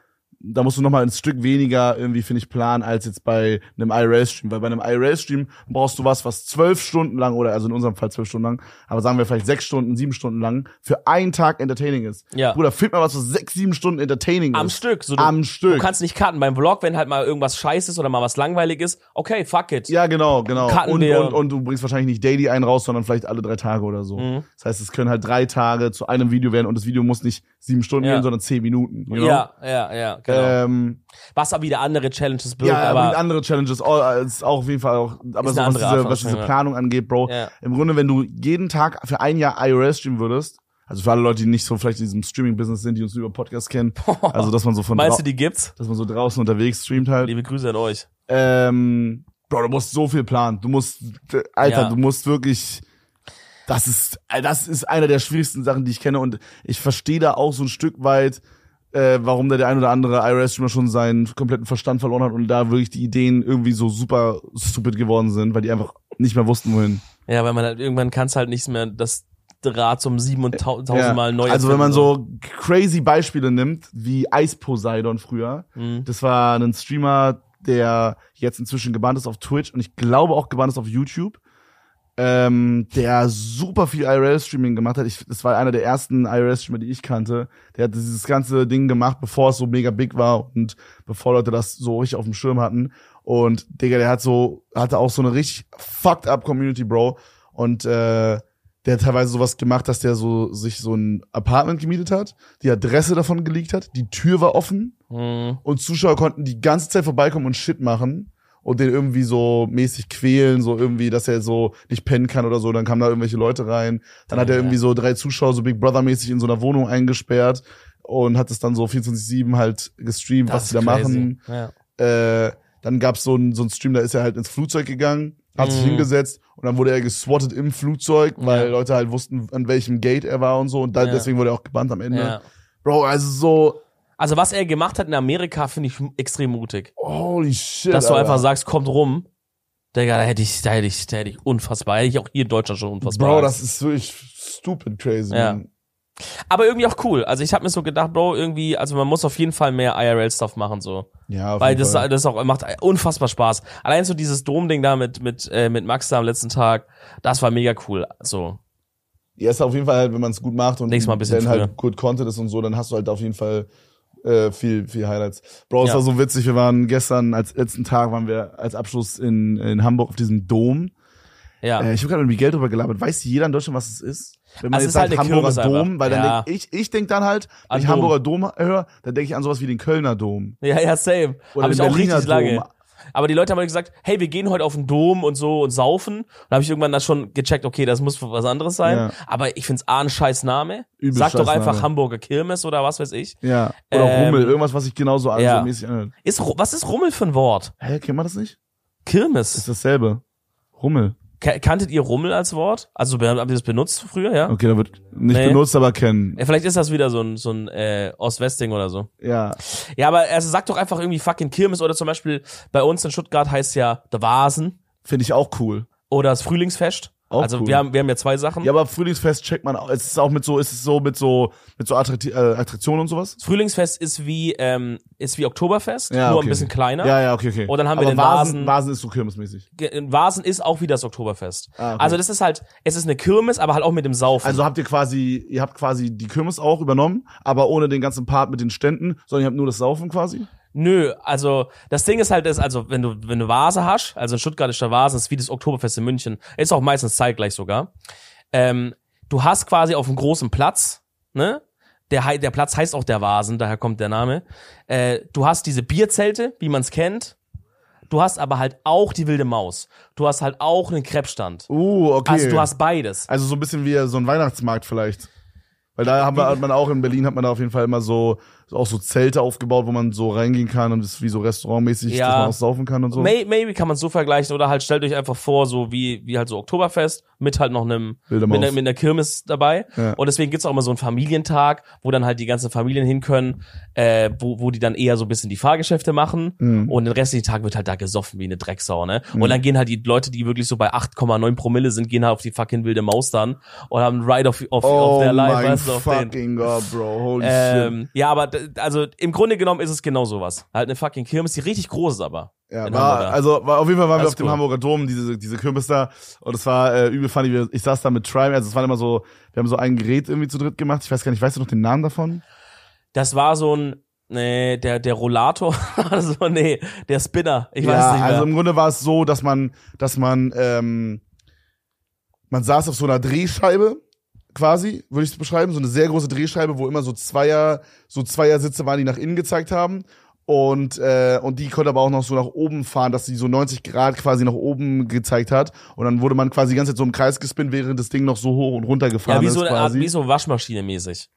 da musst du nochmal ein Stück weniger irgendwie, finde ich, planen, als jetzt bei einem IRL-Stream. Weil bei einem IRL-Stream brauchst du was, was zwölf Stunden lang, oder also in unserem Fall zwölf Stunden lang, aber sagen wir vielleicht sechs Stunden, sieben Stunden lang, für einen Tag entertaining ist. Ja. Bruder, find mal was, was sechs, sieben Stunden entertaining am ist. Stück. So, du, Am Stück. du kannst nicht cutten beim Vlog, wenn halt mal irgendwas scheiße ist oder mal was langweilig ist. Okay, fuck it. Ja, genau, genau. Cutten Und, wir. und, und du bringst wahrscheinlich nicht daily einen raus, sondern vielleicht alle drei Tage oder so. Mhm. Das heißt, es können halt drei Tage zu einem Video werden und das Video muss nicht sieben Stunden Ja. gehen, sondern zehn Minuten. You know? Ja, ja, ja, genau. Ähm, Was aber wieder andere Challenges birgt, ja, er bringt aber andere Challenges, all, ist auch auf jeden Fall auch, aber Ist so, eine was, andere Art diese, von was diese Streamer. Planung angeht, Bro, Ja. im Grunde, wenn du jeden Tag für ein Jahr IRS streamen würdest, Also für alle Leute, die nicht so vielleicht in diesem Streaming-Business sind, die uns nur über Podcasts kennen. Also, dass man so von Meinst du, drau- die gibt's? dass man so draußen unterwegs streamt halt. Liebe Grüße an euch. Ähm, Bro, du musst so viel planen. Du musst, d- Alter, Ja. du musst wirklich. Das ist, äh, das ist einer der schwierigsten Sachen, die ich kenne. Und ich verstehe da auch so ein Stück weit, äh, warum da der ein oder andere IRS-Streamer schon seinen kompletten Verstand verloren hat und da wirklich die Ideen irgendwie so super stupid geworden sind, weil die einfach nicht mehr wussten, wohin. Ja, weil man halt irgendwann kann's halt nicht mehr das Rad zum sieben und tau- tausendmal neu. also wenn erfinden, man so crazy Beispiele nimmt, wie Ice Poseidon früher, Mhm. das war ein Streamer, der jetzt inzwischen gebannt ist auf Twitch und ich glaube auch gebannt ist auf YouTube. Ähm, der super viel IRL-Streaming gemacht hat. Ich, das war einer der ersten IRL-Streamer, die ich kannte. Der hat dieses ganze Ding gemacht, bevor es so mega big war und bevor Leute das so richtig auf dem Schirm hatten. Und Digga, der hat so, hatte auch so eine richtig fucked up Community, Bro. Und äh, der hat teilweise sowas gemacht, dass der so sich so ein Apartment gemietet hat, die Adresse davon geleakt hat, die Tür war offen Mhm. und Zuschauer konnten die ganze Zeit vorbeikommen und Shit machen und den irgendwie so mäßig quälen, so irgendwie, dass er so nicht pennen kann oder so. Dann kamen da irgendwelche Leute rein. Dann hat er Ja. irgendwie so drei Zuschauer so Big Brother mäßig in so einer Wohnung eingesperrt und hat es dann so 24/7 halt gestreamt, Das was ist sie da crazy. machen. Ja. Äh, dann gab's so einen so einen Stream, da ist er halt ins Flugzeug gegangen, hat sich Mhm. hingesetzt und dann wurde er geswattet im Flugzeug, weil Ja. Leute halt wussten, an welchem Gate er war und so. Und da, Ja. deswegen wurde er auch gebannt am Ende. Ja. Bro, also so, Also was er gemacht hat in Amerika, finde ich extrem mutig. holy shit. dass du Alter. einfach sagst, kommt rum. Digga, da hätte ich, da hätte ich, da hätte ich unfassbar, hätte ich auch hier in Deutschland schon unfassbar. Bro, Angst. das ist wirklich stupid crazy. Ja. Man. Aber irgendwie auch cool. Also ich habe mir so gedacht, Bro, irgendwie, also man muss auf jeden Fall mehr IRL-Stuff machen so, Ja, auf weil jeden das, halt Fall. das auch macht unfassbar Spaß. Allein so dieses Dom-Ding da mit mit äh, mit Max da am letzten Tag, das war mega cool. So, ja, ist auf jeden Fall halt, wenn man es gut macht und Nächstes Mal ein bisschen wenn früher. halt gut Content ist und so, dann hast du halt auf jeden Fall äh, viel, viel Highlights. Bro, es Ja. war so witzig. Wir waren gestern, als letzten Tag waren wir als Abschluss in, in Hamburg auf diesem Dom. ja. Äh, ich habe gerade irgendwie Geld drüber gelabert. Weiß jeder in Deutschland, was es ist? Wenn man Also es jetzt ist sagt halt eine Hamburger Kirmes Dom, einfach. weil dann Ja. denk ich, ich denk dann halt, wenn An ich Dom. Hamburger Dom höre, dann denke ich an sowas wie den Kölner Dom. ja, ja, same. Oder Habe ich den auch richtig Berliner Dom. lange. Aber die Leute haben halt gesagt, hey, wir gehen heute auf den Dom und so und saufen. Und da habe ich irgendwann dann schon gecheckt, okay, das muss was anderes sein. Ja. Aber ich find's A, ein scheiß Name. Übel Sag doch scheiß einfach Name. Hamburger Kirmes oder was weiß ich. Ja. Oder Ähm, Rummel, irgendwas, was sich genauso an- ja. so mäßig anhört. Ist, Ru- was ist Rummel für ein Wort? Hä, kennt man das nicht? Ist Kirmes. dasselbe. Rummel. Ke- Kanntet ihr Rummel als Wort? Also be- habt ihr das benutzt früher, ja? Okay, da wird nicht Nee. benutzt, aber kennen. Ja, Vielleicht ist das wieder so ein, so ein äh, Ost-West-Ding oder so. Ja. Ja, aber also sag doch einfach irgendwie fucking Kirmes oder zum Beispiel bei uns in Stuttgart heißt ja der Vasen Finde ich auch cool. oder das Frühlingsfest. Auch also cool. wir, haben, wir haben ja zwei Sachen. Ja, aber Frühlingsfest checkt man auch. Es ist auch mit so, es ist so mit so mit so Attrakt äh, Attraktionen und sowas. Das Frühlingsfest ist wie, ähm, ist wie Oktoberfest, Ja, nur okay. ein bisschen kleiner. Ja, ja, okay, okay. Und dann haben wir aber den Vasen. Vasen. Vasen ist so kirmesmäßig. Ge- Vasen ist auch wie das Oktoberfest. Ah, okay. Also das ist halt, es ist eine Kirmes, aber halt auch mit dem Saufen. Also habt ihr quasi, ihr habt quasi die Kirmes auch übernommen, aber ohne den ganzen Part mit den Ständen, sondern ihr habt nur das Saufen quasi. Nö, also das Ding ist halt, ist, also wenn du wenn du Vase hast, also in Stuttgart ist der Vase, ist wie das Oktoberfest in München, ist auch meistens zeitgleich sogar. Ähm, du hast quasi auf einem großen Platz, ne? Der, hei- der Platz heißt auch der Vasen, daher kommt der Name. Äh, du hast diese Bierzelte, wie man es kennt. Du hast aber halt auch die wilde Maus. Du hast halt auch einen Krebsstand. Uh, okay. Also du hast beides. also so ein bisschen wie so ein Weihnachtsmarkt vielleicht. Weil da haben wir, hat man auch in Berlin hat man da auf jeden Fall immer so auch so Zelte aufgebaut, wo man so reingehen kann und es ist wie so restaurantmäßig, Ja. dass man auch saufen kann und so. May, maybe kann man so vergleichen oder halt stellt euch einfach vor, so wie, wie halt so Oktoberfest mit halt noch einem Wilde Maus. mit einer, mit einer Kirmes dabei. Ja. Und deswegen gibt's auch immer so einen Familientag, wo dann halt die ganzen Familien hin können, äh, wo, wo die dann eher so ein bisschen die Fahrgeschäfte machen. Mhm. Und den restlichen Tag wird halt da gesoffen wie eine Drecksau, ne? Und dann gehen halt die Leute, die wirklich so bei 8,9 Promille sind, gehen halt auf die fucking wilde Maus dann und haben einen Ride of, of, Oh of their life, mein weißt du, auf den. fucking God, Bro. Holy shit. Ähm, ja, aber d- also im Grunde genommen ist es genau sowas. Halt eine fucking Kirmes, die richtig groß ist aber. Ja, in war, Hamburg. also war, auf jeden Fall waren wir Alles auf dem cool. Hamburger Dom, diese, diese Kürbis da. Und es war äh, übel funny. Wir- Ich saß da mit Trime. Also es waren immer so, wir haben so ein Gerät irgendwie zu dritt gemacht. Ich weiß gar nicht, weißt du noch den Namen davon? Das war so ein, nee, der, der Rollator, also nee, der Spinner. Ich weiß ja, es nicht mehr. also im Grunde war es so, dass man, dass man, ähm, man saß auf so einer Drehscheibe, quasi, würde ich es beschreiben, so eine sehr große Drehscheibe, wo immer so Zweier, so Zweiersitze waren, die nach innen gezeigt haben. Und, äh, und die konnte aber auch noch so nach oben fahren, dass sie so 90 Grad quasi nach oben gezeigt hat. Und dann wurde man quasi die ganze Zeit so im Kreis gespinnt, während das Ding noch so hoch und runter Ja, gefahren wie so, ist. eine Art, Quasi. wie so Waschmaschine mäßig.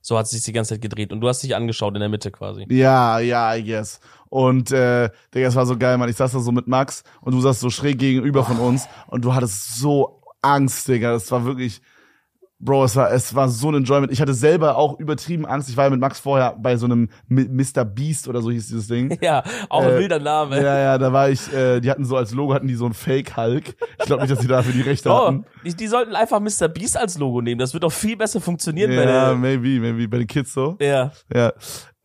So hat sie sich die ganze Zeit gedreht und du hast dich angeschaut in der Mitte quasi. Ja, ja, I guess. Und äh, Digga, es war so geil, Mann. Ich saß da so mit Max und du saßt so schräg gegenüber von uns und du hattest so Angst, Digga. Das war wirklich. Bro, es war, es war so ein Enjoyment. Ich hatte selber auch übertrieben Angst. Ich war ja mit Max vorher bei so einem Mi- Mr. Beast oder so hieß dieses Ding. Ja, auch ein Äh, wilder Name. Ja, ja, da war ich, äh, die hatten so als Logo hatten die so einen Fake-Hulk. Ich glaube nicht, dass die dafür die Rechte Oh, hatten. die, die sollten einfach Mr. Beast als Logo nehmen. Das wird doch viel besser funktionieren bei Ja, der. maybe, maybe, bei den Kids so. Ja. Ja.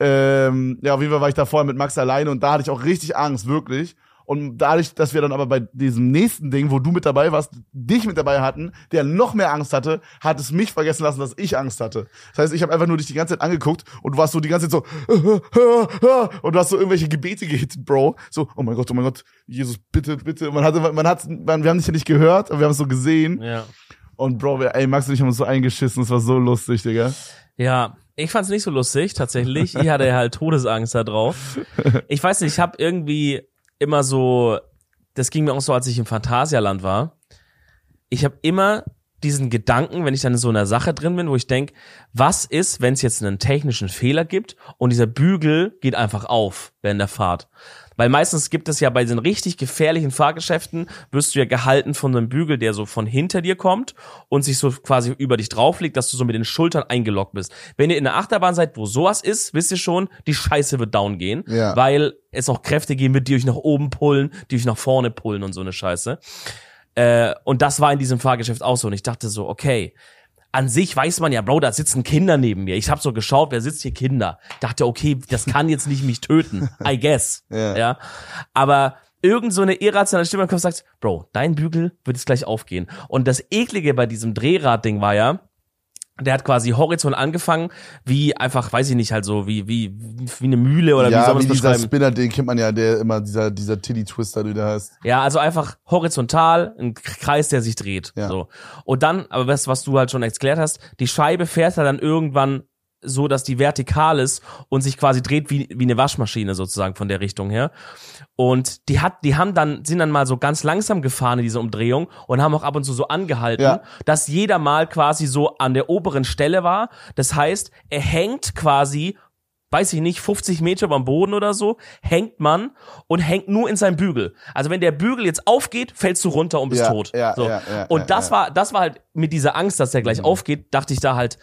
Ähm, ja, auf jeden Fall war ich da vorher mit Max alleine und da hatte ich auch richtig Angst, wirklich. Und dadurch, dass wir dann aber bei diesem nächsten Ding, wo du mit dabei warst, dich mit dabei hatten, der noch mehr Angst hatte, hat es mich vergessen lassen, dass ich Angst hatte. Das heißt, ich habe einfach nur dich die ganze Zeit angeguckt und du warst so die ganze Zeit so und du hast so irgendwelche Gebete gehittet, Bro. So, oh mein Gott, oh mein Gott, Jesus, bitte, bitte. Man hatte, man hat, man, wir haben dich ja nicht gehört, aber wir haben es so gesehen. Ja. Und Bro, wir, ey, Max und ich haben uns so eingeschissen, es war so lustig, Digga. Ja, ich fand's nicht so lustig tatsächlich. Ich hatte halt Todesangst da drauf. Ich weiß nicht, ich habe irgendwie immer so, das ging mir auch so, als ich im Phantasialand war. Ich habe immer diesen Gedanken, wenn ich dann in so einer Sache drin bin, wo ich denk, was ist, wenn es jetzt einen technischen Fehler gibt und dieser Bügel geht einfach auf während der Fahrt? Weil meistens gibt es ja bei den richtig gefährlichen Fahrgeschäften, wirst du ja gehalten von einem Bügel, der so von hinter dir kommt und sich so quasi über dich drauflegt, dass du so mit den Schultern eingeloggt bist. Wenn ihr in einer Achterbahn seid, wo sowas ist, wisst ihr schon, die Scheiße wird down gehen, Ja. weil es auch Kräfte geben wird, die euch nach oben pullen, die euch nach vorne pullen und so eine Scheiße. Äh, und das war in diesem Fahrgeschäft auch so. Und ich dachte so, okay, an sich weiß man ja, Bro, da sitzen Kinder neben mir. Ich habe so geschaut, wer sitzt hier Kinder? Dachte, okay, das kann jetzt nicht mich töten. I guess. Ja. ja. Aber irgend so eine irrationale Stimme im Kopf sagt, Bro, dein Bügel wird jetzt gleich aufgehen. Und das Eklige bei diesem Drehradding war ja, der hat quasi horizont angefangen, wie einfach, weiß ich nicht, halt so, wie, wie, wie eine Mühle oder wie soll ja, man wie es dieser beschreiben? Spinner, den kennt man ja, der immer dieser, dieser Tilly-Twister, der da heißt. Ja, also einfach horizontal, ein Kreis, der sich dreht. Ja. So. Und dann, aber das, was du halt schon erklärt hast, die Scheibe fährt ja dann irgendwann so, dass die vertikal ist und sich quasi dreht wie, wie eine Waschmaschine sozusagen von der Richtung her. Und die hat, die haben dann, sind dann mal so ganz langsam gefahren in dieser Umdrehung und haben auch ab und zu so angehalten, Ja. dass jeder mal quasi so an der oberen Stelle war. Das heißt, er hängt quasi weiß ich nicht, 50 Meter beim Boden oder so, hängt man und hängt nur in seinem Bügel. Also wenn der Bügel jetzt aufgeht, fällst du runter und bist Ja, tot. ja, so. ja, ja, ja, und das ja. Mhm. war, das war halt mit dieser Angst, dass der gleich aufgeht, dachte ich da halt,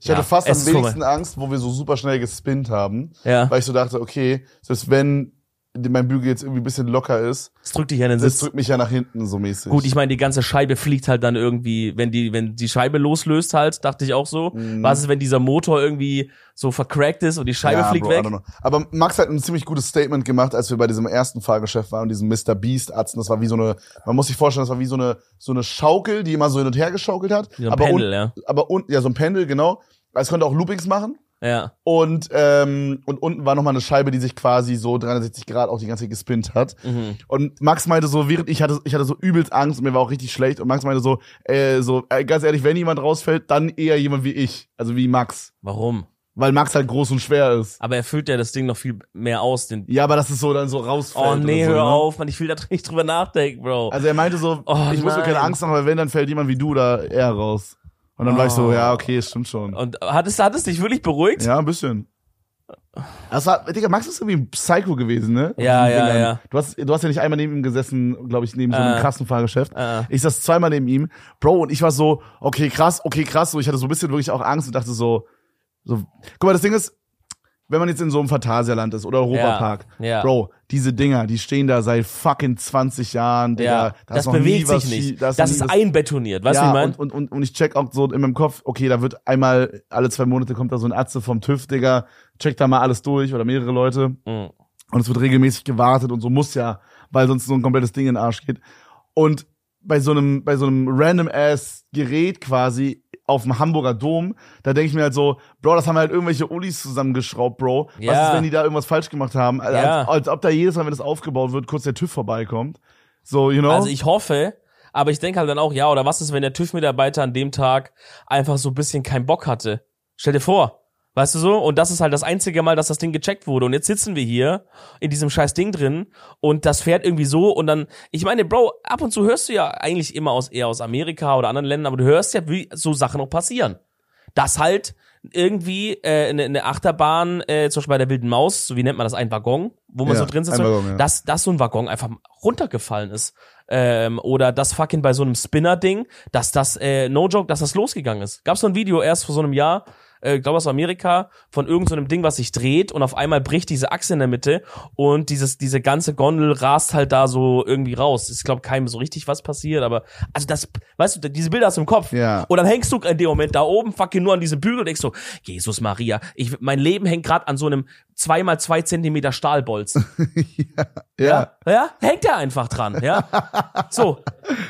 Ich Ja, hatte fast am es ist vorbei. wenigsten Angst, wo wir so super schnell gespinnt haben, ja, weil ich so dachte, okay, selbst wenn mein Bügel jetzt irgendwie ein bisschen locker ist, es drückt dich an den das Sitz. drückt mich ja nach hinten so mäßig. Gut, ich meine, die ganze Scheibe fliegt halt dann irgendwie, wenn die, wenn die Scheibe loslöst halt, dachte ich auch so. Mhm. Was ist, wenn dieser Motor irgendwie so vercrackt ist und die Scheibe ja, fliegt Bro, I weg? don't know. Aber Max hat ein ziemlich gutes Statement gemacht, als wir bei diesem ersten Fahrgeschäft waren, diesem Mr. Beast Atzen. Das war wie so eine, man muss sich vorstellen, das war wie so eine, so eine Schaukel, die immer so hin und her geschaukelt hat. Wie so ein aber un- Pendel, ja. Aber unten, ja, so ein Pendel, genau. Es konnte auch Loopings machen. Ja. Und, ähm, und unten war nochmal eine Scheibe, die sich quasi so 360 Grad auch die ganze Zeit gespinnt hat. mhm. Und Max meinte so, während ich hatte, ich hatte so übelst Angst und mir war auch richtig schlecht. Und Max meinte so, äh, so, äh, ganz ehrlich, wenn jemand rausfällt, dann eher jemand wie ich. Also wie Max. Warum? Weil Max halt groß und schwer ist. Aber er füllt ja das Ding noch viel mehr aus, den, Ja, aber das ist so dann so rausfällt. oh nee, oder so, hör ne? auf, man, ich will da nicht drüber nachdenken, Bro. Also er meinte so, Oh, ich muss mir keine nein. Angst machen, weil wenn, dann fällt jemand wie du da eher raus. Und dann war ich so, Oh. ja, okay, stimmt schon. Und hat es, hat es dich wirklich beruhigt? Ja, ein bisschen. Das war, Digga, Max ist irgendwie ein Psycho gewesen, ne? Ja, Auf diesen ja, Dingern. ja. Du hast, du hast ja nicht einmal neben ihm gesessen, glaube ich, neben so einem Äh. krassen Fahrgeschäft. Äh. Ich saß zweimal neben ihm, Bro, und ich war so, okay, krass, okay, krass. So, ich hatte so ein bisschen wirklich auch Angst und dachte so, so, guck mal, das Ding ist, wenn man jetzt in so einem Phantasialand ist oder Europapark, ja. Bro, diese Dinger, die stehen da seit fucking 20 Jahren, Digga. Ja, da das ist noch nie bewegt was sich schief- nicht. da Das, noch nie ist was- einbetoniert, weißt du, wie ja, ich meine? und, und, und, und ich check auch so in meinem Kopf, okay, da wird einmal alle zwei Monate kommt da so ein Atze vom TÜV, Digga, checkt da mal alles durch oder mehrere Leute Mhm. und es wird regelmäßig gewartet und so muss ja, weil sonst so ein komplettes Ding in den Arsch geht. Und bei so einem, bei so einem random ass Gerät quasi auf dem Hamburger Dom, da denke ich mir halt so, Bro, das haben halt irgendwelche Ulis zusammengeschraubt, Bro. Was Ja. ist, wenn die da irgendwas falsch gemacht haben? Als, Ja. als, als ob da jedes Mal, wenn das aufgebaut wird, kurz der TÜV vorbeikommt. So, you know? Also ich hoffe, aber ich denke halt dann auch, ja, oder was ist, wenn der TÜV-Mitarbeiter an dem Tag einfach so ein bisschen keinen Bock hatte? Stell dir vor, Weißt du so? Und das ist halt das einzige Mal, dass das Ding gecheckt wurde. Und jetzt sitzen wir hier in diesem scheiß Ding drin und das fährt irgendwie so und dann, ich meine, Bro, ab und zu hörst du ja eigentlich immer aus, eher aus Amerika oder anderen Ländern, aber du hörst ja, wie so Sachen auch passieren. Dass halt irgendwie äh, eine, eine Achterbahn, äh, zum Beispiel bei der Wilden Maus, so wie nennt man das, ein Waggon, wo man Ja, so drin sitzt, ein Waggon, ja. dass, dass so ein Waggon einfach runtergefallen ist. Ähm, oder das fucking bei so einem Spinner-Ding, dass das, äh, no joke, dass das losgegangen ist. Gab so ein Video erst vor so einem Jahr, äh, glaube aus Amerika, von irgendeinem so einem Ding, was sich dreht und auf einmal bricht diese Achse in der Mitte und dieses, diese ganze Gondel rast halt da so irgendwie raus. Ich glaube, keinem so richtig was passiert, aber also das, weißt du, diese Bilder hast du im Kopf. Ja. Und dann hängst du in dem Moment da oben fucking nur an diesem Bügel und denkst so, Jesus Maria, ich, mein Leben hängt gerade an so einem 2x2 Zentimeter Stahlbolzen. Ja. Ja. ja, hängt er einfach dran, ja. So,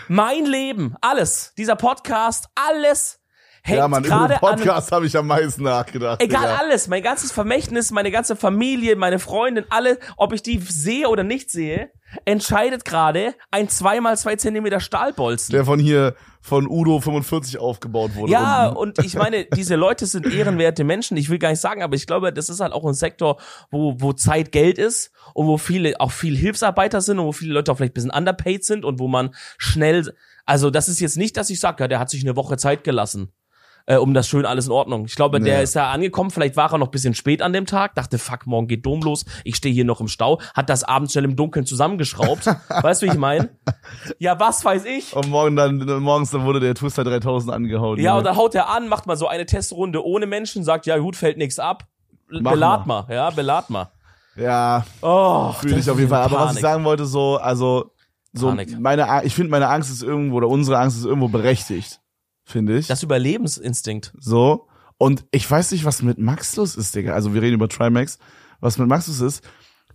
mein Leben, alles, dieser Podcast, alles hängt Ja, Mann, über den gerade an. Podcast habe ich am meisten nachgedacht. Egal, Digga. alles, mein ganzes Vermächtnis, meine ganze Familie, meine Freundin, alle, ob ich die sehe oder nicht sehe, entscheidet gerade ein 2x2 Zentimeter Stahlbolzen. Der von hier, von Udo 45 aufgebaut wurde. um- Ja, unten. und ich meine, diese Leute sind ehrenwerte Menschen. Ich will gar nicht sagen, aber ich glaube, das ist halt auch ein Sektor, wo, wo Zeit Geld ist und wo viele auch viel Hilfsarbeiter sind und wo viele Leute auch vielleicht ein bisschen underpaid sind und wo man schnell, also das ist jetzt nicht, dass ich sage, ja, der hat sich eine Woche Zeit gelassen. Äh, um das schön alles in Ordnung. Ich glaube, der Nee. ist da angekommen. Vielleicht war er noch ein bisschen spät an dem Tag. Dachte, fuck, morgen geht Dom los. Ich stehe hier noch im Stau. Hat das abends schnell im Dunkeln zusammengeschraubt. weißt du, wie ich meine? Ja, was weiß ich? Und morgen dann, morgens dann wurde der Twister 3000 angehauen. ne? Ja, Junge. und dann haut er an, macht mal so eine Testrunde ohne Menschen, sagt, ja gut, fällt nichts ab. L- Mach belad mal. ja, belad mal. Ja, Oh, fühle ich auf jeden Fall. Aber was ich sagen wollte, so, also, so, Panik. meine, A- ich finde, meine Angst ist irgendwo, oder unsere Angst ist irgendwo berechtigt. Finde ich. Das Überlebensinstinkt. So. Und ich weiß nicht, was mit Max los ist, Digga. Also wir reden über Trimax. Was mit Max los ist.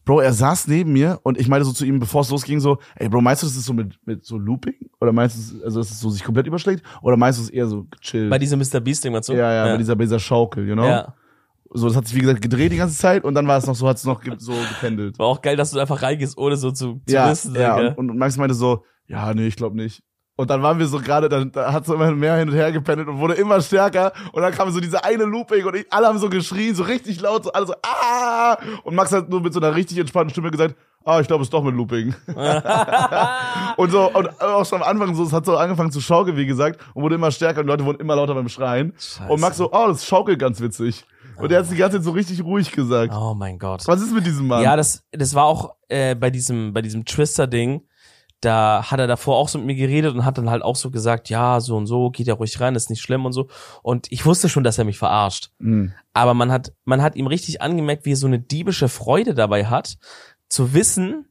Bro, er saß neben mir und ich meinte so zu ihm, bevor es losging, so, ey Bro, meinst du, das ist so mit, mit so Looping? Oder meinst du, es- also, dass es so sich komplett überschlägt? Oder meinst du, es ist eher so chill? Bei diesem Mr. Beast-Ding, meinst du? ja, ja, mit dieser, bei dieser Schaukel, you know? ja. So, das hat sich, wie gesagt, gedreht die ganze Zeit und dann war es noch so, hat es noch ge so gependelt. War auch geil, dass du einfach reingehst, ohne so zu, zu ja, wissen. ja Digga. und, und Max meinte so, ja, nee, ich glaube nicht. Und dann waren wir so gerade, dann da hat es immer mehr hin und her gependelt und wurde immer stärker. Und dann kam so diese eine Looping und ich, alle haben so geschrien, so richtig laut, so alle so, ah! Und Max hat nur mit so einer richtig entspannten Stimme gesagt, ah, ich glaube, es ist doch mit Looping. und so, und auch schon am Anfang so, es hat so angefangen zu schaukeln, wie gesagt, und wurde immer stärker und die Leute wurden immer lauter beim Schreien. Scheiße. Und Max so, oh, das schaukelt ganz witzig. Und er hat es die ganze Zeit so richtig ruhig gesagt. Oh mein Gott. Was ist mit diesem Mann? Ja, das, das war auch äh, bei diesem, bei diesem Twister-Ding. Da hat er davor auch so mit mir geredet und hat dann halt auch so gesagt, ja, so und so, geht ja ruhig rein, ist nicht schlimm und so. Und ich wusste schon, dass er mich verarscht. Hm. Aber man hat, man hat ihm richtig angemerkt, wie er so eine diebische Freude dabei hat, zu wissen,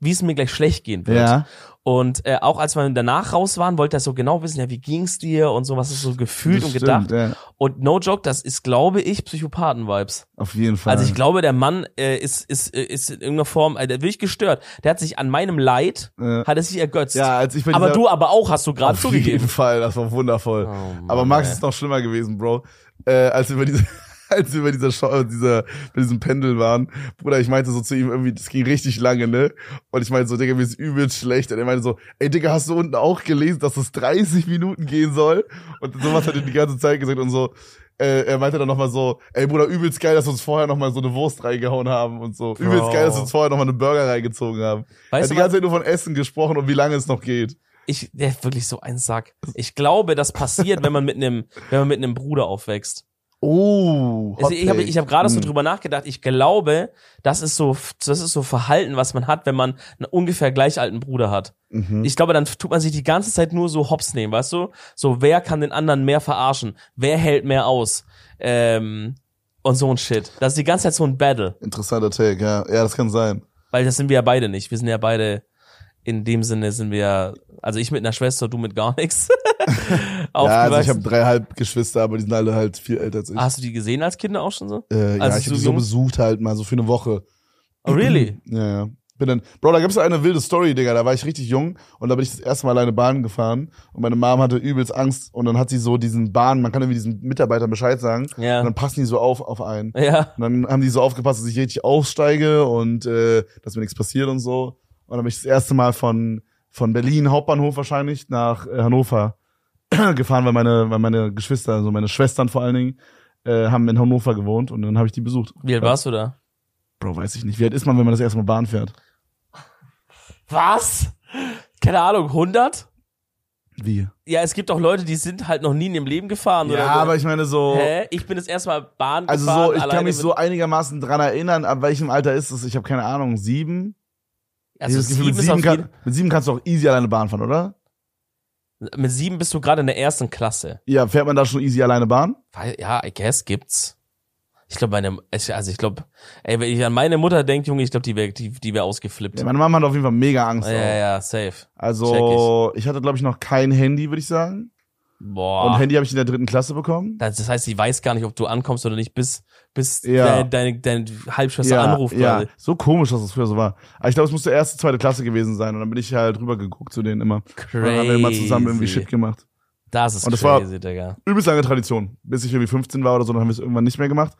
wie es mir gleich schlecht gehen wird. ja. Und äh, auch als wir danach raus waren, wollte er so genau wissen, ja, wie ging's dir und so, was ist so gefühlt das und stimmt, gedacht. Ja. Und no joke, das ist, glaube ich, Psychopathen-Vibes. Auf jeden Fall. Also ich glaube, der Mann äh, ist, ist, äh, ist in irgendeiner Form, äh, der wirklich gestört. Der hat sich an meinem Leid, Ja. hat es sich ergötzt. Ja, als ich bei aber dieser- du aber auch, hast du gerade auf jeden zugegeben. Oh Fall, das war wundervoll. Mann, Aber Max ey. ist noch schlimmer gewesen, Bro. Äh, als wir bei dieser, als wir bei dieser, Show, äh, dieser, bei diesem Pendel waren, Bruder, ich meinte so zu ihm irgendwie, das ging richtig lange, ne? Und ich meinte so, Digga, mir ist übel schlecht. Und er meinte so, ey, Digga, hast du unten auch gelesen, dass es 30 Minuten gehen soll? Und sowas hat er die ganze Zeit gesagt und so. Äh, er meinte dann nochmal so, ey Bruder, übelst geil, dass wir uns vorher nochmal so eine Wurst reingehauen haben und so. Übelst geil, dass wir uns vorher nochmal einen Burger reingezogen haben. er hat Weißt du die was? ganze Zeit nur von Essen gesprochen und wie lange es noch geht. ich der ist wirklich so ein Sack. Ich glaube, das passiert, wenn man mit einem wenn man mit einem Bruder aufwächst. Oh, Also ich habe ich hab gerade so Hm. drüber nachgedacht. Ich glaube, das ist so das ist so Verhalten, was man hat, wenn man einen ungefähr gleich alten Bruder hat. Mhm. Ich glaube, dann tut man sich die ganze Zeit nur so hops nehmen, weißt du? So wer kann den anderen mehr verarschen? Wer hält mehr aus? Ähm und so ein Shit. Das ist die ganze Zeit so ein Battle, Interessanter Take, ja. Ja, das kann sein. weil das sind wir ja beide nicht. Wir sind ja beide in dem Sinne sind wir ja, also ich mit einer Schwester, du mit gar nichts. Ja, also ich Aufgewachsen. habe drei Halbgeschwister, aber die sind alle halt viel älter als ich. Ah, Hast du die gesehen als Kinder auch schon so? äh, ja, also ich so habe die so jung? besucht halt mal, so für eine Woche. Oh, really? Ja, ja. Bin dann, Bro, da gab's eine wilde Story, Digga. Da war ich richtig jung und da bin ich das erste Mal alleine Bahn gefahren und meine Mom hatte übelst Angst und dann hat sie so diesen Bahn, man kann irgendwie diesen Mitarbeitern Bescheid sagen und Ja. dann passen die so auf auf einen. Ja. Und dann haben die so aufgepasst, dass ich richtig aufsteige und äh, dass mir nichts passiert und so. Und dann bin ich das erste Mal von, von Berlin, Hauptbahnhof wahrscheinlich, nach äh, Hannover gefahren, weil meine, weil meine Geschwister, also meine Schwestern vor allen Dingen, äh, haben in Hannover gewohnt und dann habe ich die besucht. Wie alt warst du da? Bro, weiß ich nicht. Wie alt ist man, wenn man das erste Mal Bahn fährt? Was? Keine Ahnung, 100? Wie? Ja, es gibt auch Leute, die sind halt noch nie in ihrem Leben gefahren oder Ja, so. aber ich meine so. Hä? Ich bin das erste Mal Bahn Also gefahren. so, ich kann alleine mich mit- so einigermaßen dran erinnern, ab welchem Alter ist es? Ich habe keine Ahnung, sieben? Also ich hab das Gefühl, mit, sieben ist auf sieben kann, jeden, mit sieben kannst du auch easy alleine Bahn fahren, oder? mit sieben bist du gerade in der ersten Klasse. Ja, fährt man da schon easy alleine Bahn? Weil- Ja, I guess gibt's. Ich glaube, meine, ich- also ich glaube, ey, wenn ich an meine Mutter denke, Junge, ich glaube, die wäre die, die wär ausgeflippt. Ja, meine Mama hat auf jeden Fall mega Angst. ja, ja, ja, safe. Also, ich. hatte, glaube ich, noch kein Handy, würde ich sagen. Boah. Und halt Handy habe ich in der dritten Klasse bekommen. das das heißt, sie weiß gar nicht, ob du ankommst oder nicht, bis, bis Ja. deine, deine, deine Halbschwester anruft. ja. quasi. So komisch, dass das früher so war. Aber ich glaube, es musste erste, zweite Klasse gewesen sein. Und dann bin ich halt rübergeguckt zu denen immer. Und dann haben wir immer zusammen irgendwie Crazy. Shit gemacht. Das ist Und das war- crazy, Digga. Übelst lange Tradition. Bis ich irgendwie 15 war oder so, dann haben wir es irgendwann nicht mehr gemacht.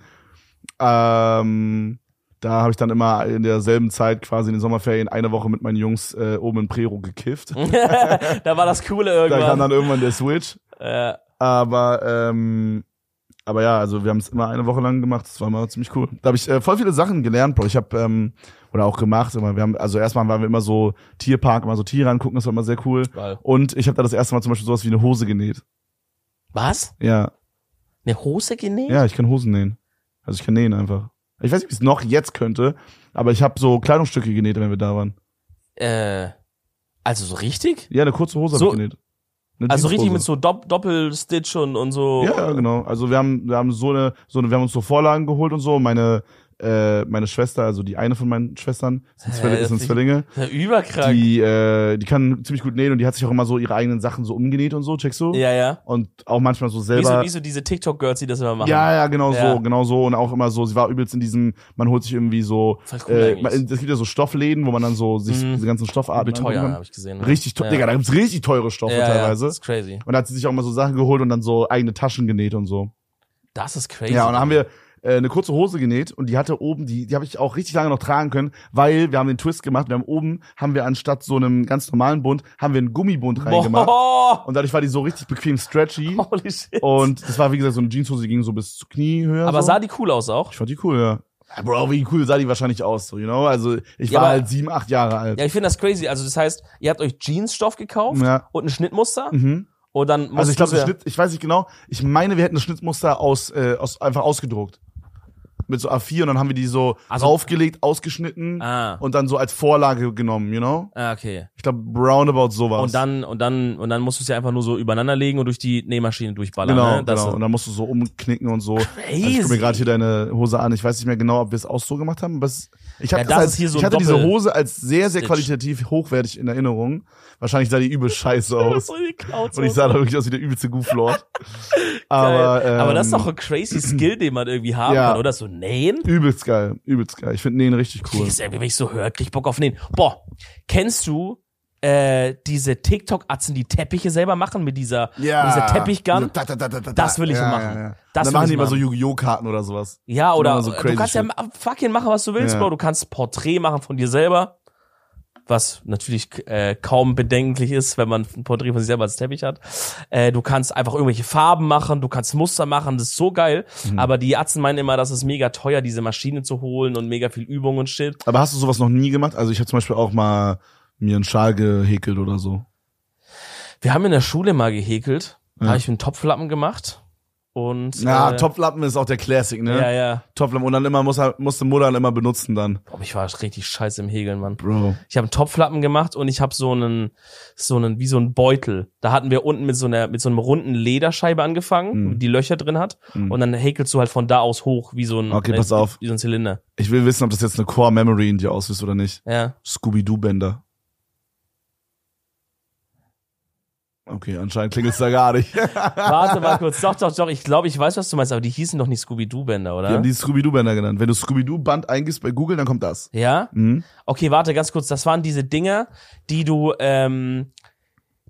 Ähm, da habe ich dann immer in derselben Zeit quasi in den Sommerferien eine Woche mit meinen Jungs äh, oben in Prero Oh gekifft. da war das Coole Da kam irgendwann. dann irgendwann der Switch. Äh, Aber, ähm, aber ja, also wir haben es immer eine Woche lang gemacht. Das war immer ziemlich cool. Da habe ich äh, voll viele Sachen gelernt, Bro. Ich habe ähm, oder auch gemacht. Immer, wir haben, also erstmal waren wir immer so Tierpark, immer so Tiere angucken. Das war immer sehr cool. weil- Und ich habe da das erste Mal zum Beispiel sowas wie eine Hose genäht. was? Ja, Eine Hose genäht? ja, ich kann Hosen nähen. Also ich kann nähen einfach. Ich weiß nicht, wie es noch jetzt könnte, aber ich habe so Kleidungsstücke genäht, wenn wir da waren. Äh, also so richtig? Ja, eine kurze Hose So- habe ich genäht. Eine Also richtig Jeanshose. mit so Dopp Doppelstitch und, und so. Ja, ja, genau. Also wir haben, wir haben so eine, so eine, wir haben uns so Vorlagen geholt und so. Meine, äh, meine Schwester, also die eine von meinen Schwestern, ist in Ja, Zwillinge, ist in das- Zwillinge Ja, Überkrank. die, äh, die kann ziemlich gut nähen und die hat sich auch immer so ihre eigenen Sachen so umgenäht und so, checkst du? ja, ja. Und auch manchmal so Wie so, selber. wie so diese TikTok-Girls, die das immer machen. Ja, ja, genau Ja. so, genau so. Und auch immer so, sie war übelst in diesem, man holt sich irgendwie so, Voll cool äh, man- eigentlich. es gibt ja so Stoffläden, wo man dann so sich Mhm. diese ganzen Stoffarten Übel teuer, angucken habe ich gesehen. ne? kann. Richtig teuer, Ja. Digga, da gibt's richtig teure Stoffe ja, ja, teilweise. Das ist crazy. Und da hat sie sich auch immer so Sachen geholt und dann so eigene Taschen genäht und so. Das ist crazy. Ja, und dann haben wir äh, eine kurze Hose genäht und die hatte oben, die, die habe ich auch richtig lange noch tragen können, weil wir haben den Twist gemacht, wir haben oben, haben wir anstatt so einem ganz normalen Bund, haben wir einen Gummibund reingemacht. Boah, Und dadurch war die so richtig bequem stretchy. holy shit. Und das war, wie gesagt, so eine Jeanshose, die ging so bis zur Kniehöhe. Aber so. sah die cool aus auch? Ich fand die cool, ja. Ja, Bro, wie cool sah die wahrscheinlich aus, so, you know? Also, ich Ja, war aber- halt sieben, acht Jahre alt. Ja, ich finde das crazy. Also das heißt, ihr habt euch Jeansstoff gekauft Ja. und ein Schnittmuster Mhm. und dann Also, ich glaube, musstest du- Schnitt, ich weiß nicht genau, ich meine, wir hätten das Schnittmuster aus, äh, aus, einfach ausgedruckt. Mit so A4 und dann haben wir die so Also- aufgelegt, ausgeschnitten. Ah, und dann so als Vorlage genommen, you know? ah, okay. Ich glaube, roundabout sowas. Und dann und dann und dann musst du es ja einfach nur so übereinander legen und durch die Nähmaschine durchballern. Genau, ne? Das genau. Und dann musst du so umknicken und so. Also ich Crazy. guck mir gerade hier deine Hose an. Ich weiß nicht mehr genau, ob wir es auch so gemacht haben. Aber es, ich, hab Ja, das das als, ist hier so ich ein hatte diese Doppel- Hose als sehr, sehr Stitch. qualitativ hochwertig in Erinnerung. Wahrscheinlich sah die übel scheiße aus. Und ich sah da wirklich aus wie der übelste Gooflord. aber, aber, ähm, aber das ist doch ein crazy Skill, den man irgendwie haben Ja. kann, oder? So nähen? Übelst geil, übelst geil. Ich finde Nähen richtig Cool. cool. Wenn ich so höre, krieg ich Bock auf Nähen. Boah, kennst du äh, diese TikTok-Atzen, die Teppiche selber machen mit dieser, mit dieser Teppichgun? Da, da, da, da, da. Das will ich ja, machen. Ja, ja. Das dann will machen ich die immer so machen. Yu-Gi-Oh-Karten oder sowas. Ja, oder Immer Genau so du crazy kannst ja shit. ma- fucking machen, was du willst, Ja. Bro. Du kannst Porträt machen von dir selber, was natürlich äh, kaum bedenklich ist, wenn man ein Porträt von sich selber als Teppich hat. Äh, du kannst einfach irgendwelche Farben machen, du kannst Muster machen, das ist so geil. Mhm. Aber die Atzen meinen immer, das ist mega teuer, diese Maschine zu holen und mega viel Übung und Shit. Aber hast du sowas noch nie gemacht? Also ich habe zum Beispiel auch mal mir einen Schal gehäkelt oder so. Wir haben in der Schule mal gehäkelt, Ja. da habe ich einen Topflappen gemacht und Ja, äh, Topflappen ist auch der Classic, ne? Ja, ja. Topflappen und dann immer muss er, musste Mutter dann immer benutzen dann. Boah, ich war richtig scheiße im Häkeln, Mann. Bro. Ich habe einen Topflappen gemacht und ich habe so einen, so einen, wie so einen Beutel. Da hatten wir unten mit so einer, mit so einem runden Lederscheibe angefangen, Mhm. die Löcher drin hat. Mhm. Und dann häkelst du halt von da aus hoch, wie so ein, äh, Okay, pass auf. wie so ein Zylinder. Ich will wissen, ob das jetzt eine Core Memory in dir auslöst oder nicht. Ja. Scooby Doo Bänder. Okay, anscheinend klingelt es da gar nicht. Warte mal kurz. Doch, doch, doch. Ich glaube, ich weiß, was du meinst, aber die hießen doch nicht Scooby-Doo-Bänder, Wir haben oder? die Scooby Doo Bänder genannt. Wenn du Scooby Doo Band eingibst bei Google, dann kommt das. Ja? Mhm. Okay, warte ganz kurz. Das waren diese Dinger, die du, ähm,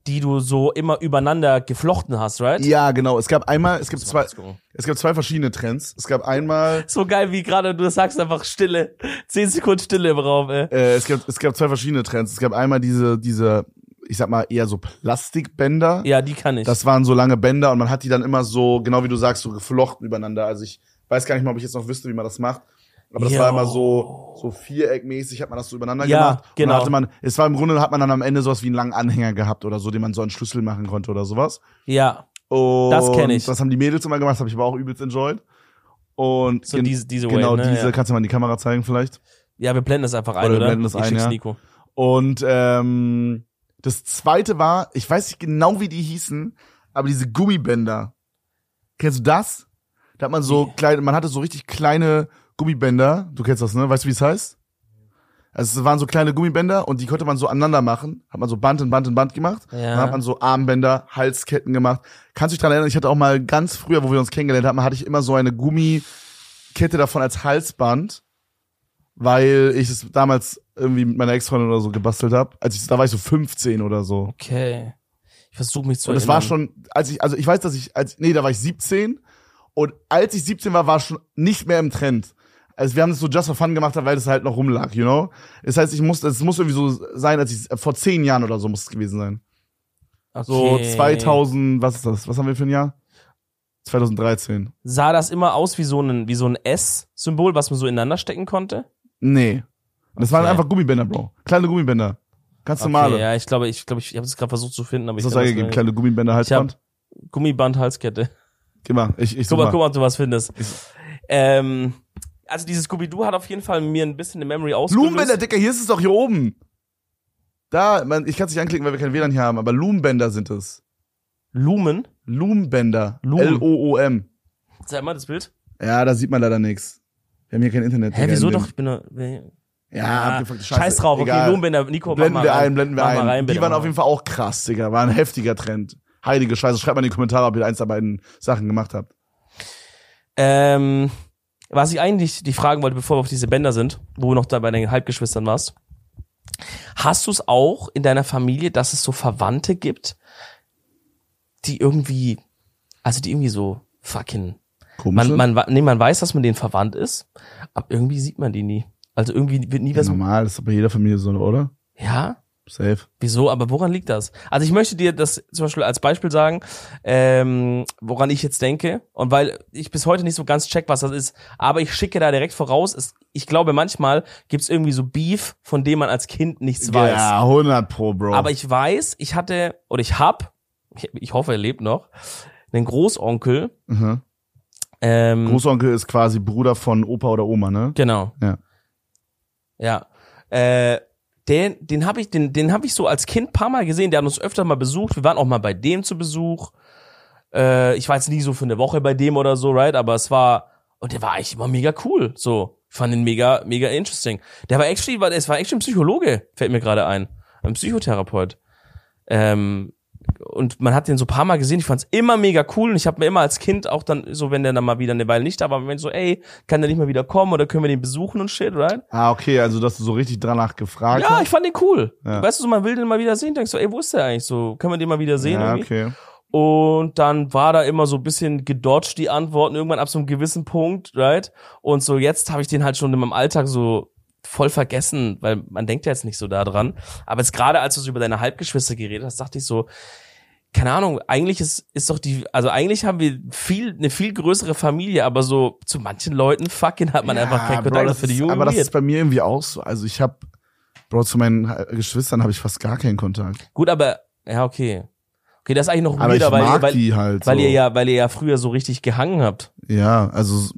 die du so immer übereinander geflochten hast, right? Ja, genau. Es gab einmal, es gibt Muss mal zwei, kurz gucken. es gab zwei verschiedene Trends. Es gab einmal So geil, wie gerade du das sagst, einfach Stille. Zehn Sekunden Stille im Raum, ey. äh, es, gab, es gab zwei verschiedene Trends. Es gab einmal diese, diese ich sag mal, eher so Plastikbänder. Ja, die kann ich. Das waren so lange Bänder und man hat die dann immer so, genau wie du sagst, so geflochten übereinander. Also ich weiß gar nicht mal, ob ich jetzt noch wüsste, wie man das macht. Aber das Jo. war immer so, so viereckmäßig, hat man das so übereinander Ja, gemacht. Und genau. dann hatte man, es war im Grunde, hat man dann am Ende sowas wie einen langen Anhänger gehabt oder so, den man so einen Schlüssel machen konnte oder sowas. ja, Und kenn ich. Das haben die Mädels immer gemacht, das habe ich aber auch übelst enjoyed. Und so gen- diese, diese genau Wave, ne? diese, Ja. kannst du mal in die Kamera zeigen vielleicht. ja, wir blenden das einfach ein, Oder oder? wir blenden das Ich ein, schick's ja. Nico. Und ähm, das zweite war, ich weiß nicht genau, wie die hießen, aber diese Gummibänder. Kennst du das? Da hat man so Nee. kleine, man hatte so richtig kleine Gummibänder. Du kennst das, ne? Weißt du, wie es heißt? Also es waren so kleine Gummibänder und die konnte man so aneinander machen. Hat man so Band in Band in Band gemacht. Ja. Dann hat man so Armbänder, Halsketten gemacht. Kannst du dich dran erinnern? Ich hatte auch mal ganz früher, wo wir uns kennengelernt haben, hatte ich immer so eine Gummikette davon als Halsband, weil ich es damals irgendwie mit meiner Ex-Freundin oder so gebastelt habe. Als ich, da war ich so 15 oder so. Okay. Ich versuche mich zu Und es erinnern. war schon, als ich, also ich weiß, dass ich, als, nee, da war ich 17 und als ich 17 war, war es schon nicht mehr im Trend. Also wir haben es so just for fun gemacht, weil es halt noch rumlag, you know? Das heißt, ich muss, es muss irgendwie so sein, als ich, vor zehn Jahren oder so muss es gewesen sein. So Okay. 2000, was ist das? Was haben wir für ein Jahr? 2013. Sah das immer aus wie so ein, wie so ein S-Symbol, was man so ineinander stecken konnte? Nee. Das waren Okay. einfach Gummibänder, Bro. Kleine Gummibänder. Ganz normale. Okay, ja, ich glaube, ich glaube, ich, ich habe es gerade versucht zu finden, aber Ist ich das kann das eingegeben? nicht. Kleine Gummibänder, Halsband? Gummiband, Halskette. Geh mal. Ich, ich Guck such mal, mal. guck mal, ob du was findest. Ähm, also dieses Scooby-Doo hat auf jeden Fall mir ein bisschen eine Memory ausgelöst. Lumenbänder, Dicker, hier ist es doch hier oben. Da, man, ich kann es nicht anklicken, weil wir kein WLAN hier haben, aber Lumenbänder sind es. Lumen. Lumenbänder. Lumen. L-O-O-M. Zeig mal das Bild. Ja, da sieht man leider nichts. Wir haben hier kein Internet. Hä, Digga, wieso in dem- doch? Ich bin da, we- Ja, abgefuckte Scheiße. Scheiß drauf. Okay, Egal. Lumenbänder, Nico, mach Blenden mal wir rein. ein, blenden wir mach ein. Mal rein bitte, die waren mach auf jeden Fall auch krass, Digga. War ein heftiger Trend. Heilige Scheiße. Schreibt mal in die Kommentare, ob ihr eins der beiden Sachen gemacht habt. Ähm, was ich eigentlich dich fragen wollte, bevor wir auf diese Bänder sind, wo du noch da bei deinen Halbgeschwistern warst. Hast du es auch in deiner Familie, dass es so Verwandte gibt, die irgendwie, also die irgendwie so fucking, Komisch. man, man, wa- nee, man weiß, dass man denen verwandt ist, aber irgendwie sieht man die nie. Also irgendwie wird nie ja, was, normal, das ist bei jeder Familie so, oder? ja, Safe. Wieso? Aber woran liegt das? Also ich möchte dir das zum Beispiel als Beispiel sagen, ähm, woran ich jetzt denke und weil ich bis heute nicht so ganz check, was das ist, aber ich schicke da direkt voraus, es, ich glaube manchmal gibt's irgendwie so Beef, von dem man als Kind nichts weiß. Ja, 100 pro, Bro. Aber ich weiß, ich hatte oder ich hab, ich, ich hoffe er lebt noch, einen Großonkel. mhm. Ähm, Großonkel ist quasi Bruder von Opa oder Oma, ne? Genau. Ja. Ja. Äh, den den habe ich, den, den hab ich so als Kind paar Mal gesehen. Der hat uns öfter mal besucht. Wir waren auch mal bei dem zu Besuch. Äh, ich war jetzt nie so für eine Woche bei dem oder so, right? Aber es war, und der war eigentlich immer mega cool. So, ich fand ihn mega, mega interesting. Der war actually, war, es war actually ein Psychologe, fällt mir gerade ein. Ein Psychotherapeut. Ähm, und man hat den so ein paar Mal gesehen, ich fand's immer mega cool und ich habe mir immer als Kind auch dann, so wenn der dann mal wieder eine Weile nicht da war, wenn so, ey, kann der nicht mal wieder kommen oder können wir den besuchen und shit, right? Ah, okay, also dass du so richtig danach gefragt Ja, hast. ich fand den cool. Ja. Weißt du, so, man will den mal wieder sehen, denkst du, ey, wo ist der eigentlich so? Können wir den mal wieder sehen? ja, irgendwie? okay. Und dann war da immer so ein bisschen gedodged die Antworten, irgendwann ab so einem gewissen Punkt, right? Und so jetzt habe ich den halt schon in meinem Alltag so voll vergessen, weil man denkt ja jetzt nicht so daran. Aber jetzt gerade als du so über deine Halbgeschwister geredet hast, dachte ich so, keine Ahnung, eigentlich ist, ist doch die, also eigentlich haben wir viel, eine viel größere Familie, aber so zu manchen Leuten, fucking, hat man ja, einfach keinen Bro, Kontakt. das Das für die ist- Jungen. Aber das weird. ist bei mir irgendwie auch so. Also ich habe, Bro, zu meinen äh, Geschwistern habe ich fast gar keinen Kontakt. Gut, aber, ja, okay. Okay, das ist eigentlich noch Aber ich weirder, weil, ihr- mag weil, die halt. weil so. ihr ja, weil ihr ja früher so richtig gehangen habt. Ja, also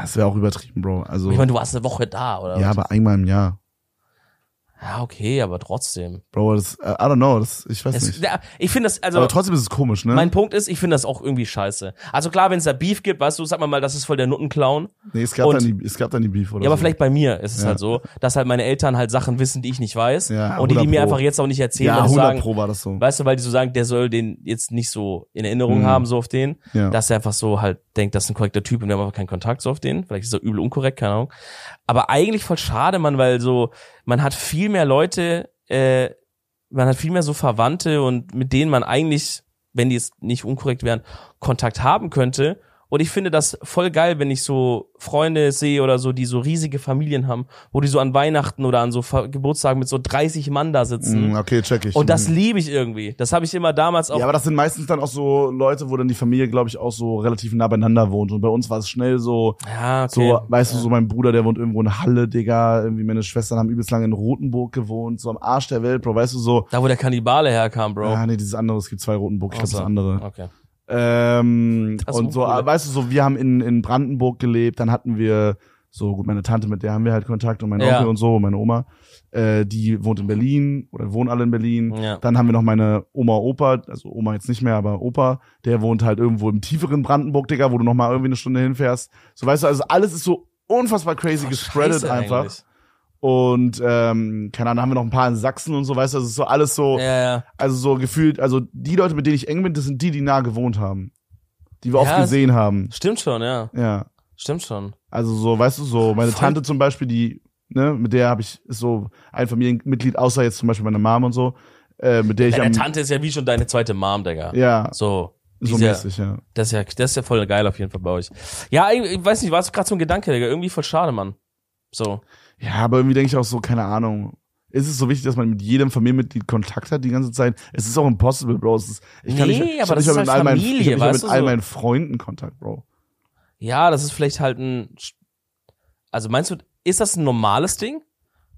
das wäre auch übertrieben, Bro. Also Ich meine, du warst eine Woche da, oder? ja, was? aber einmal im Jahr. Ja, okay, aber trotzdem. Bro, das, äh, I don't know, das, ich weiß Es, nicht. ja, ich finde das, also, Aber trotzdem ist es komisch, ne? mein Punkt ist, ich finde das auch irgendwie scheiße. Also klar, wenn es da Beef gibt, weißt du, sag mal mal, das ist voll der Nuttenclown. nee, es gab, und- dann die, es gab dann die Beef oder Ja, aber so. vielleicht bei mir ist es Ja. halt so, dass halt meine Eltern halt Sachen wissen, die ich nicht weiß. Ja, und die, die 100 mir Pro. einfach jetzt auch nicht erzählen, ja, 100 weil sie sagen, Pro war das so. weißt du, weil die so sagen, der soll den jetzt nicht so in Erinnerung Mhm. haben, so auf den. Ja. dass er einfach so halt denkt, das ist ein korrekter Typ und wir haben einfach keinen Kontakt so auf den. Vielleicht ist er übel unkorrekt, keine Ahnung. Aber eigentlich voll schade, man, weil so, man hat viel mehr Leute, äh, man hat viel mehr so Verwandte und mit denen man eigentlich, wenn die jetzt nicht unkorrekt wären, Kontakt haben könnte. Und ich finde das voll geil, wenn ich so Freunde sehe oder so, die so riesige Familien haben, wo die so an Weihnachten oder an so Ver- Geburtstagen mit so 30 Mann da sitzen. Mm, Okay, check ich. Und das Mhm. liebe ich irgendwie. Das habe ich immer damals auch. ja, aber das sind meistens dann auch so Leute, wo dann die Familie, glaube ich, auch so relativ nah beieinander wohnt. Und bei uns war es schnell so, Ja, so, äh, weißt du, so mein Bruder, der wohnt irgendwo in Halle, Digga. Irgendwie meine Schwestern haben übelst lange in Rothenburg gewohnt, so am Arsch der Welt, Bro. Weißt du, so, Da, wo der Kannibale herkam, Bro. ah, nee, dieses andere, es gibt zwei Rotenburg, ich glaube, das Außer- andere. Okay. Ähm, Das ist und so, uncool. äh, weißt du, so, wir haben in, in Brandenburg gelebt, dann hatten wir so, gut, meine Tante, mit der haben wir halt Kontakt und mein Ja. Onkel und so, und meine Oma, äh, die wohnt in Berlin oder wohnen alle in Berlin. Ja. Dann Mhm. haben wir noch meine Oma, Opa, also Oma jetzt nicht mehr, aber Opa, der wohnt halt irgendwo im tieferen Brandenburg, Digga, wo du nochmal irgendwie eine Stunde hinfährst. So, weißt du, also alles ist so unfassbar crazy gespreadet Scheiße einfach. eigentlich. Und, ähm, keine Ahnung, haben wir noch ein paar in Sachsen und so, weißt du, also es ist so alles so, Ja, ja. also so gefühlt, also die Leute, mit denen ich eng bin, das sind die, die nah gewohnt haben. Die wir Ja, oft es- gesehen haben. Stimmt schon, ja. Ja. Stimmt schon. Also so, weißt du, so meine Voll- Tante zum Beispiel, die, ne, mit der habe ich ist so ein Familienmitglied, außer jetzt zum Beispiel meine Mom und so, äh, mit der ich Deine am, Tante ist ja wie schon deine zweite Mom, Digga. ja, So. so Dieser- mäßig, ja. Das ist ja, das ist ja voll geil auf jeden Fall bei euch. Ja, ich, ich weiß nicht, war es gerade so ein Gedanke, Digga. Irgendwie voll schade, Mann. So. Ja, aber irgendwie denke ich auch so, keine Ahnung. Ist es so wichtig, dass man mit jedem Familienmitglied Kontakt hat die ganze Zeit? Es ist auch impossible, Bro. Es ist, ich kann Nee, nicht, ich aber hab nicht das mal mit ist halt all meinen, ich hab Familie, nicht mal weißt mit du, all so. meinen Freunden Kontakt, Bro. Ja, das ist vielleicht halt ein. Sch- Also meinst du, ist das ein normales Ding?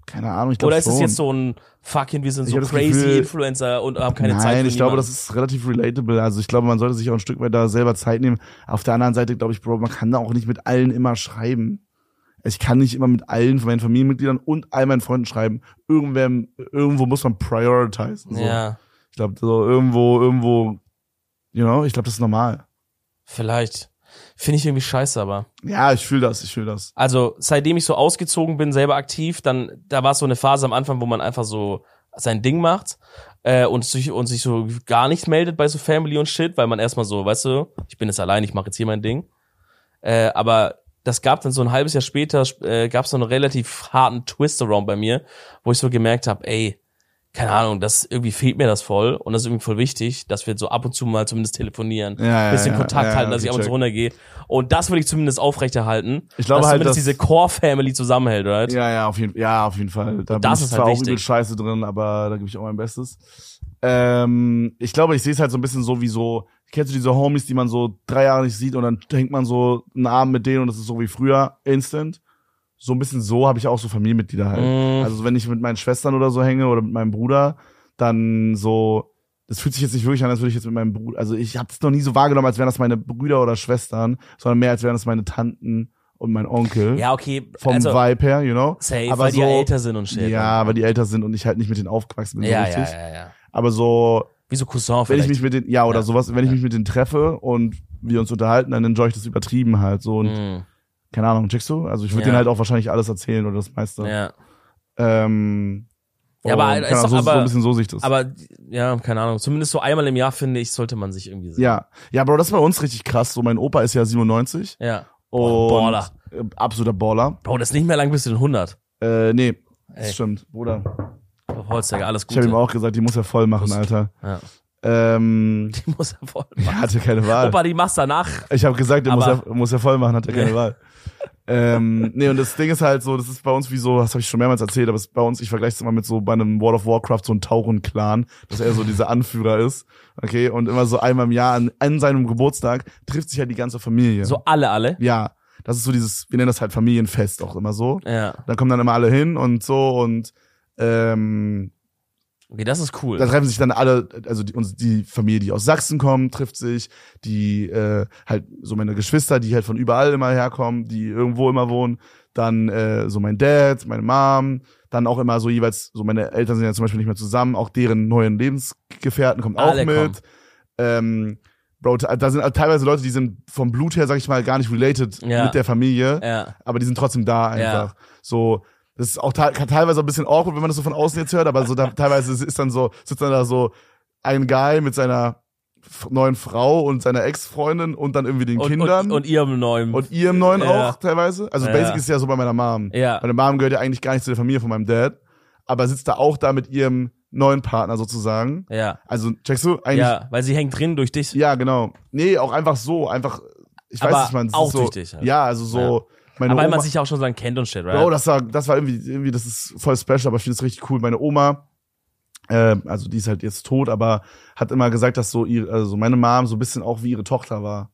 Keine Ahnung, ich glaube Oder ist schon. es jetzt so ein fucking, wir sind Ich so hab das crazy Gefühl- Influencer und haben keine Nein, Zeit für ich glaube, das niemanden? ist relativ relatable. Also ich glaube, man sollte sich auch ein Stück weit da selber Zeit nehmen. Auf der anderen Seite glaube ich, Bro, man kann da auch nicht mit allen immer schreiben. Ich kann nicht immer mit allen von meinen Familienmitgliedern und all meinen Freunden schreiben. Irgendwer, irgendwo muss man prioritizen. So. Ja, Ich glaube, so irgendwo, irgendwo, you know, ich glaube, das ist normal. vielleicht. Finde ich irgendwie scheiße, aber. Ja, ich fühle das, ich fühle das. Also, seitdem ich so ausgezogen bin, selber aktiv, dann, da war so eine Phase am Anfang, wo man einfach so sein Ding macht äh, und, sich, und sich so gar nicht meldet bei so Family und Shit, weil man erstmal so, weißt du, ich bin jetzt allein, ich mache jetzt hier mein Ding. Äh, aber das gab dann so ein halbes Jahr später, sp- äh, gab es so einen relativ harten Twist-Around bei mir, wo ich so gemerkt habe, ey, keine Ahnung, das irgendwie fehlt mir das voll und das ist irgendwie voll wichtig, dass wir so ab und zu mal zumindest telefonieren, Ja, ja, bisschen ja, Kontakt ja, ja, halten, dass ich okay, ab und zu check. runtergehe. Und das will ich zumindest aufrechterhalten. Ich glaube dass halt, zumindest dass- diese Core-Family zusammenhält, right? Ja, ja, auf jeden, ja, auf jeden Fall. Da das bin ist ich halt zwar auch wichtig. übel scheiße drin, aber da gebe ich auch mein Bestes. Ähm, ich glaube, ich sehe es halt so ein bisschen so wie so, kennst du diese Homies, die man so drei Jahre nicht sieht und dann hängt man so einen Abend mit denen und das ist so wie früher, instant. So ein bisschen so habe ich auch so Familienmitglieder halt. Mm. Also wenn ich mit meinen Schwestern oder so hänge oder mit meinem Bruder, dann so, das fühlt sich jetzt nicht wirklich an, als würde ich jetzt mit meinem Bruder, also ich habe es noch nie so wahrgenommen, als wären das meine Brüder oder Schwestern, sondern mehr als wären das meine Tanten und mein Onkel. Ja, okay. Vom also, Vibe her, you know? safe, aber weil die so- ja älter sind und shit. ne? Ja, weil die älter sind und ich halt nicht mit denen aufgewachsen bin, ja, so ja, richtig. ja, ja. Aber so, Wie so Cousin wenn vielleicht. ich mich mit denen, ja, oder Ja. sowas, wenn ich mich mit denen treffe und wir uns unterhalten, dann enjoy ich das übertrieben halt so und Mm. keine Ahnung, checkst du? Also ich würde Ja. denen halt auch wahrscheinlich alles erzählen oder das meiste. ja. Ähm, Ja, aber und ist keine Ahnung, so, doch so aber- ein bisschen so sich das. Aber, ja, keine Ahnung. Zumindest so einmal im Jahr, finde ich, sollte man sich irgendwie sehen. ja, ja, Bro, das ist bei uns richtig krass. So, mein Opa ist ja 97 Ja. ja. und Baller. äh, absoluter Baller. Bro, das ist nicht mehr lang bis zu den 100. Äh, nee, Ey. das stimmt, Bruder. Auf Holzdecker, alles Ich habe ihm Gute. auch gesagt, die muss er voll machen, Prost. Alter. Ja. Ähm, Die muss er voll er machen. hatte keine Wahl. Opa, die machst danach. Ich habe gesagt, er muss, Aber- ja, muss ja voll machen, hat er keine Ja. Wahl. ähm, nee, und das Ding ist halt so, das ist bei uns wie so, das habe ich schon mehrmals erzählt, aber es ist bei uns, ich vergleiche es immer mit so bei einem World of Warcraft, so einem Tauren-Clan, dass er so dieser Anführer ist, okay, und immer so einmal im Jahr an, an seinem Geburtstag trifft sich halt die ganze Familie. So alle, alle. Ja, das ist so dieses, wir nennen das halt Familienfest auch immer so. Ja. Da kommen dann immer alle hin und so und ähm, Okay, das ist cool. ne? da treffen sich dann alle, also die, uns, die Familie, die aus Sachsen kommt, trifft sich, die äh, halt so meine Geschwister, die halt von überall immer herkommen, die irgendwo immer wohnen, dann äh, so mein Dad, meine Mom, dann auch immer so jeweils, so meine Eltern sind ja zum Beispiel nicht mehr zusammen, auch deren neuen Lebensgefährten kommt auch Alle kommen. mit. Ähm, Bro, t- da sind teilweise Leute, die sind vom Blut her, sag ich mal, gar nicht related Ja. mit der Familie ja. aber die sind trotzdem da Ja. einfach. So, das ist auch te- teilweise ein bisschen awkward, wenn man das so von außen jetzt hört, aber so da, teilweise ist- ist dann so, sitzt dann da so ein Guy mit seiner f- neuen Frau und seiner Ex-Freundin und dann irgendwie den Und, Kindern und, und, und ihrem neuen. ihrem neuen Ja. auch teilweise. Also Ja. basic ist ja so bei meiner Mom. Ja. Meine Mom gehört ja eigentlich gar nicht zu der Familie von meinem Dad, aber sitzt da auch da mit ihrem neuen Partner sozusagen. Ja. Also checkst du eigentlich? Ja, weil sie hängt drin durch dich. ja genau. Nee, auch einfach so, einfach ich weiß Aber nicht, man es ist auch so, tüchtig halt. Ja, also so. Meine Aber weil Oma, man sich auch schon sagen kennt und shit, right? Bro, das war, das war irgendwie, irgendwie, das ist voll special, aber ich finde es richtig cool. Meine Oma, äh, also die ist halt jetzt tot, aber hat immer gesagt, dass so ihre, also meine Mom so ein bisschen auch wie ihre Tochter war.